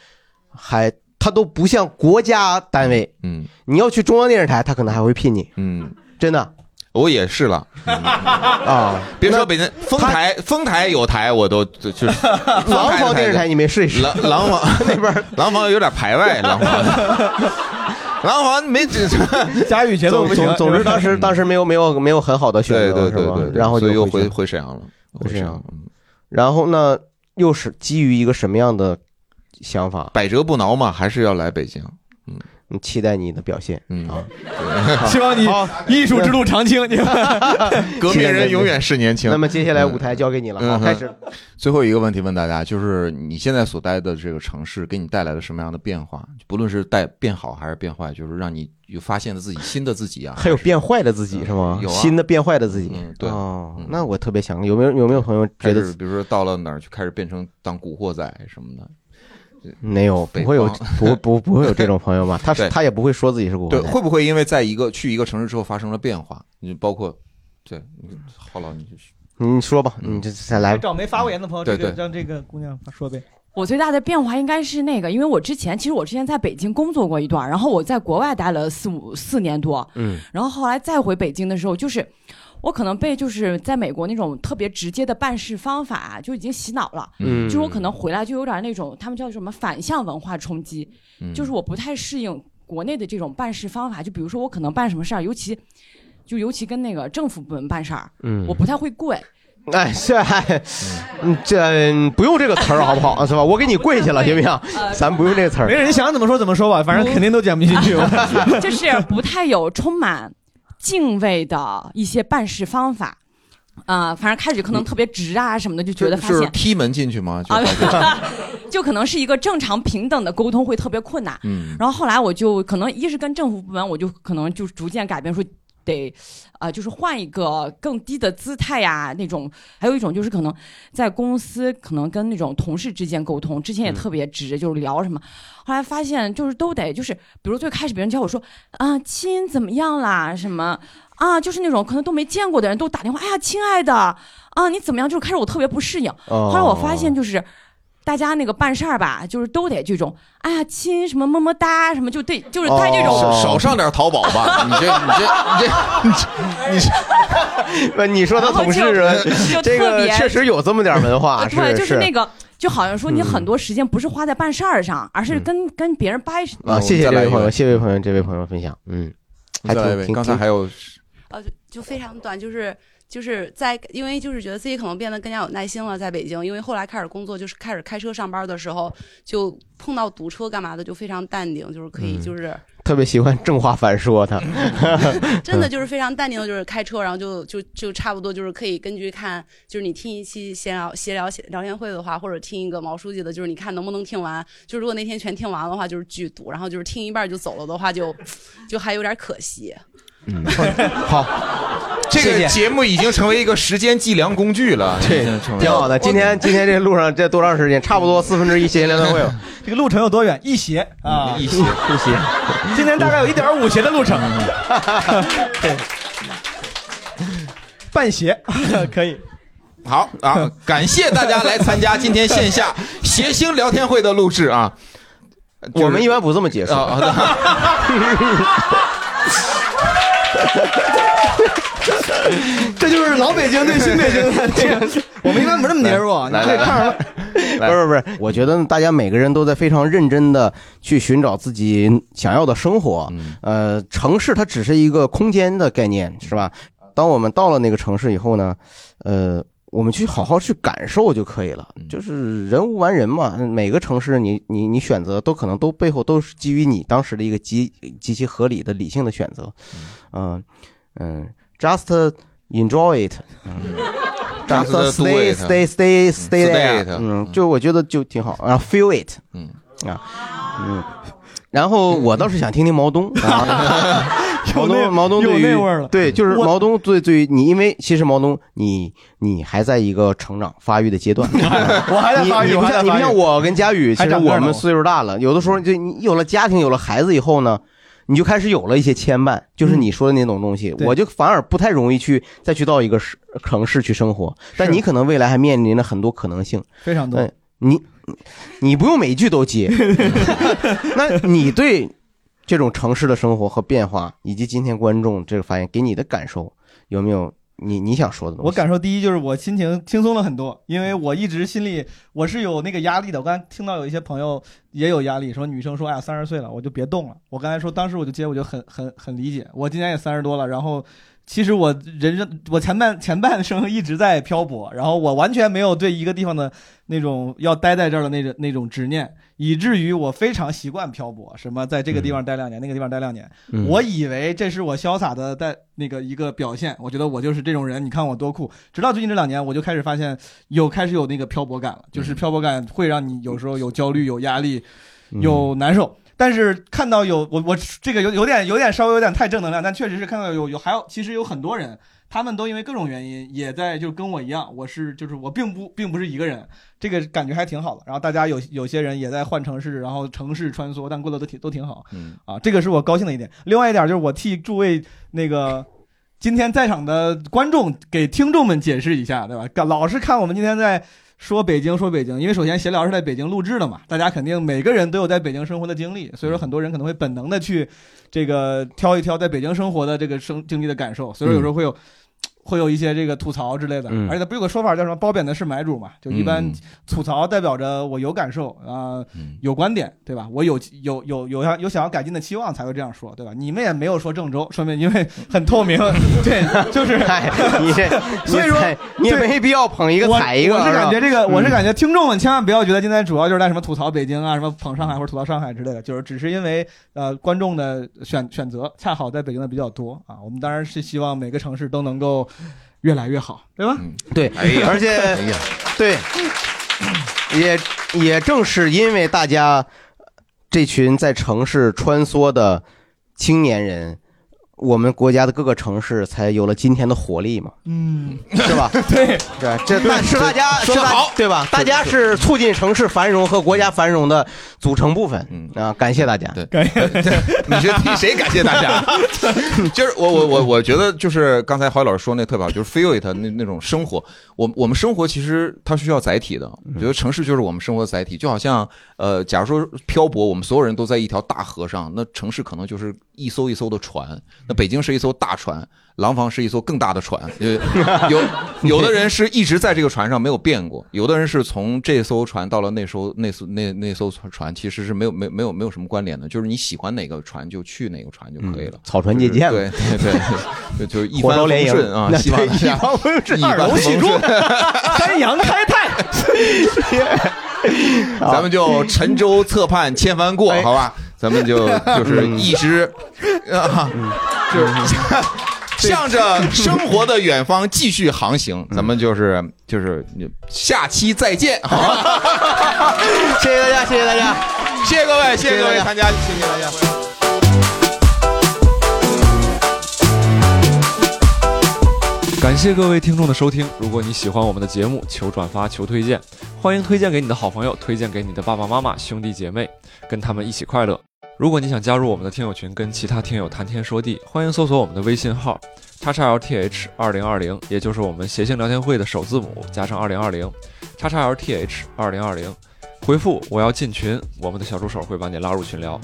还他都不像国家单位，嗯，你要去中央电视台，他可能还会聘你，嗯，真的我也是了嗯 啊，别说北京丰台，丰台有台我都 就就是廊坊电视台你没试一试廊廊 坊那边，廊坊有点排外，廊坊。廊坊没 这佳宇节总总总之当时当时没有没有没有很好的选择，对对对是吧对对然后就所以又回回回沈阳了，回沈阳，嗯然后呢，又是基于一个什么样的想法？百折不挠嘛，还是要来北京。嗯，期待你的表现。嗯啊， 希望你好艺术之路长青。 你 革命人永远是年轻。 那么接下来舞台交给你了，好，嗯哼开始。最后一个问题问大家，就是你现在所待的这个城市给你带来了什么样的变化？不论是带变好还是变坏，就是让你有发现了自己新的自己啊。还有变坏的自己是吗？有啊嗯新的变坏的自己。对哦，那我特别想，有没有有没有朋友觉开得始，比如说到了哪儿就开始变成当古惑仔什么的，没有？北不会有方不不不会有这种朋友吧？他是他也不会说自己是古惑对，仔。会不会因为在一个去一个城市之后发生了变化？你包括，对，你郝老你就是你嗯说吧，你这再来吧。找没发过言的朋友，对这个对让这个姑娘说呗。我最大的变化应该是那个，因为我之前其实我之前在北京工作过一段，然后我在国外待了四五四年多，嗯然后后来再回北京的时候，就是我可能被就是在美国那种特别直接的办事方法啊就已经洗脑了，嗯就是我可能回来就有点那种他们叫什么反向文化冲击， 就是我不太适应国内的这种办事方法，就比如说我可能办什么事儿，尤其就尤其跟那个政府部门办事儿，嗯我不太会跪，哎， 这哎嗯这嗯不用这个词儿好不好？啊是吧？我给你跪下了，行不行？咱不用这个词儿。呃没人想怎么说怎么说吧，反正肯定都剪不 进去。就是不太有充满敬畏的一些办事方法。啊、反正开始可能特别直啊什么的，就觉得发就是现踢门进去吗？就啊， 就可能是一个正常平等的沟通会特别困难。嗯然后后来我就可能一是跟政府部门，我就可能就逐渐改变说。得，啊、就是换一个更低的姿态呀、那种。还有一种就是可能在公司，可能跟那种同事之间沟通，之前也嗯特别直，就是聊什么。后来发现就是都得就是，比如最开始别人叫我说啊亲怎么样啦什么啊，就是那种可能都没见过的人都打电话，哎呀亲爱的啊你怎么样？就是开始我特别不适应。哦后来我发现就是。大家那个办事儿吧，就是都得这种，哎呀亲，什么么么哒，什么就对，就是带这种、少少上点淘宝吧，你这你 这你这你这不，你说他同事啊就，这特个别确实有这么点文 化，是 对，就是是那个，就好像说你嗯很多时间不是花在办事儿上，而是跟跟别人掰扯啊，嗯谢谢这位朋友，谢谢这位朋友，这位朋友分享，嗯，还再来一挺位挺，刚才还有呃，就就非常短，就是就是在因为就是觉得自己可能变得更加有耐心了，在北京，因为后来开始工作，就是开始开车上班的时候，就碰到堵车干嘛的就非常淡定，就是可以嗯就是、特别喜欢正话反说他，嗯 真的就是非常淡定的，就是开车，然后就就就差不多就是可以根据看，就是你听一期闲聊闲聊闲聊天会的话，或者听一个毛书记的，就是你看能不能听完。就是如果那天全听完了的话，就是巨堵，然后就是听一半就走了的话，就就还有点可惜。谢这谢个节目已经成为一个时间计量工具 了，对已经成嗯为挺好的。今天今天这路上这多长时 间？差不多四分之一谐音联欢会 了，这个路程有多远？一斜嗯啊，一谐一谐， 今天大概有一点五斜的 路程，半斜可以。好 啊！感谢大家来参加今天线下谐星聊天会的录制啊。我们一般不这么解释。啊 这就是老北京对新北 京的这个，我们一般不这么来接入啊。你来这来看什 么？不是不是，我觉得大家每个人都在非常认真的去寻找自己想要的生活。呃，城市它只是一个空间的概念，是吧？当我们到了那个城市以后呢，呃，我们去好好去感受就可以了。就是人无完人嘛，每个城市你你你选择都可能都背后都是基于你当时的一个极极其合理的理性的选择。嗯嗯，just enjoy it 嗯。 Just Just do stay it stay stay stay stay there， it 嗯，就我觉得就挺好啊，feel it，嗯啊，嗯，然后我倒是想听听 毛 东啊，毛那东毛东 有对于那味儿了对，就是我毛东对对于你，因为其实毛东你你还在一个成长发育的阶段， 我还在你发育你我不还在像你发不育像我跟佳宇，其还实长个我儿呢们我岁数大了，有的时候就你有了家庭，有了孩子以后呢。你就开始有了一些牵绊，就是嗯你说的那种东西，我就反而不太容易去再去到一个市城市去生活。但你可能未来还面临着很多可能性，非常多嗯你你不用每一句都 接，那你对这种城市的生活和变化，以及今天观众这个发言给你的感受，有没有你你想说的东西？我感受第一就是我心情轻松了很多，因为我一直心里我是有那个压力的。我刚才听到有一些朋友也有压力，说女生说哎呀三十岁了我就别动了。我刚才说当时我就接我就很很很理解，我今年也三十多了，然后其实我人生我前半前半生一直在漂泊，然后我完全没有对一个地方的那种要待在这儿的那种那种执念，以至于我非常习惯漂泊，什么在这个地方待两年，那个地方待两年，嗯我以为这是我潇洒的在那个一个表现，我觉得我就是这种人，你看我多酷。直到最近这两年，我就开始发现有开始有那个漂泊感了，就是漂泊感会让你有时候有焦虑、有压力、有难受。但是看到有我我这个有有点有点稍微有点太正能量，但确实是看到有有还有其实有很多人，他们都因为各种原因也在就跟我一样，我是就是我并不并不是一个人，这个感觉还挺好的。然后大家有有些人也在换城市，然后城市穿梭，但过得都挺都挺好。嗯啊，这个是我高兴的一点。另外一点就是我替诸位那个今天在场的观众给听众们解释一下，对吧？老是看我们今天在说北京，说北京，因为首先闲聊是在北京录制的嘛，大家肯定每个人都有在北京生活的经历，嗯所以说很多人可能会本能的去这个挑一挑在北京生活的这个生经历的感受，所以说有时候会有。会有一些这个吐槽之类的，嗯而且不有个说法叫什么“褒贬的是买主”嘛，就一嗯般吐槽代表着我有感受啊、有观点，对吧？我有有有有想有想要改进的期望才会这样说，对吧？你们也没有说郑州，说明因为很 透明，对，就是， 你 这所以说你也对没必要捧一个我踩一个，嗯我是感觉这个，我是感觉。觉听众们千万不要觉得今天主要就是在什么吐槽北京啊，什么捧上海或者吐槽上海之类的，就是只是因为呃观众的选选择恰好在北京的比较多啊。我们当然是希望每个城市都能够越来越好，对吧？嗯对，哎而且、对，也也正是因为大家这群在城市穿梭的青年人，我们国家的各个城市才有了今天的活力嘛。嗯，是吧？对，对，哎这对大是大家说是得大好对吧？大家是促进城市繁荣和国家繁荣的组成部分。嗯啊，感谢大家。对，感谢。你是替谁感谢大家？ 就是我我我我觉得就是刚才郝宇老师说那特别好，就是 feel it 那那种生活。我我们生活其实它需要载体的，我觉得城市就是我们生活的载体。就好像呃，假如说漂泊，我们所有人都在一条大河上，那城市可能就是一艘一艘的船。那北京是一艘大船，廊坊是一艘更大的船。呃有有的人是一直在这个船上没有变过，有的人是从这艘船到了那艘那艘那那艘船，其实是没有没有没有没有什么关联的，就是你喜欢哪个船就去哪个船就可以了。嗯草船借箭对了对对，对就是一火帆烧风连营顺啊，那希望对大家一帆风顺一帆二楼风戏顺珠 三阳 开泰，咱们就沉舟侧畔千帆过，好吧？咱们就就是一直啊，嗯就是向着生活的远方继续航行。咱们就是就是下期 再见，好吧？谢谢大家，谢谢大家，谢谢各位，谢谢谢谢各大位家参加，谢谢大家。感谢各位听众的收听。如果你喜欢我们的节目，求转发，求推荐，欢迎推荐给你的好朋友，推荐给你的爸爸妈妈、兄弟姐妹，跟他们一起快乐。如果你想加入我们的听友群，跟其他听友谈天说地，欢迎搜索我们的微信号叉叉 LTH 二零二零，也就是我们谐星聊天会的首字母加上二零二零，叉叉 LTH 二零二零，回复我要进群，我们的小助手会把你拉入群聊。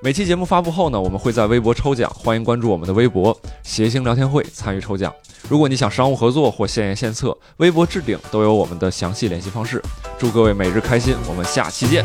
每期节目发布后呢，我们会在微博抽奖，欢迎关注我们的微博“谐星聊天会”参与抽奖。如果你想商务合作或献言献策，微博置顶都有我们的详细联系方式。祝各位每日开心，我们下期见。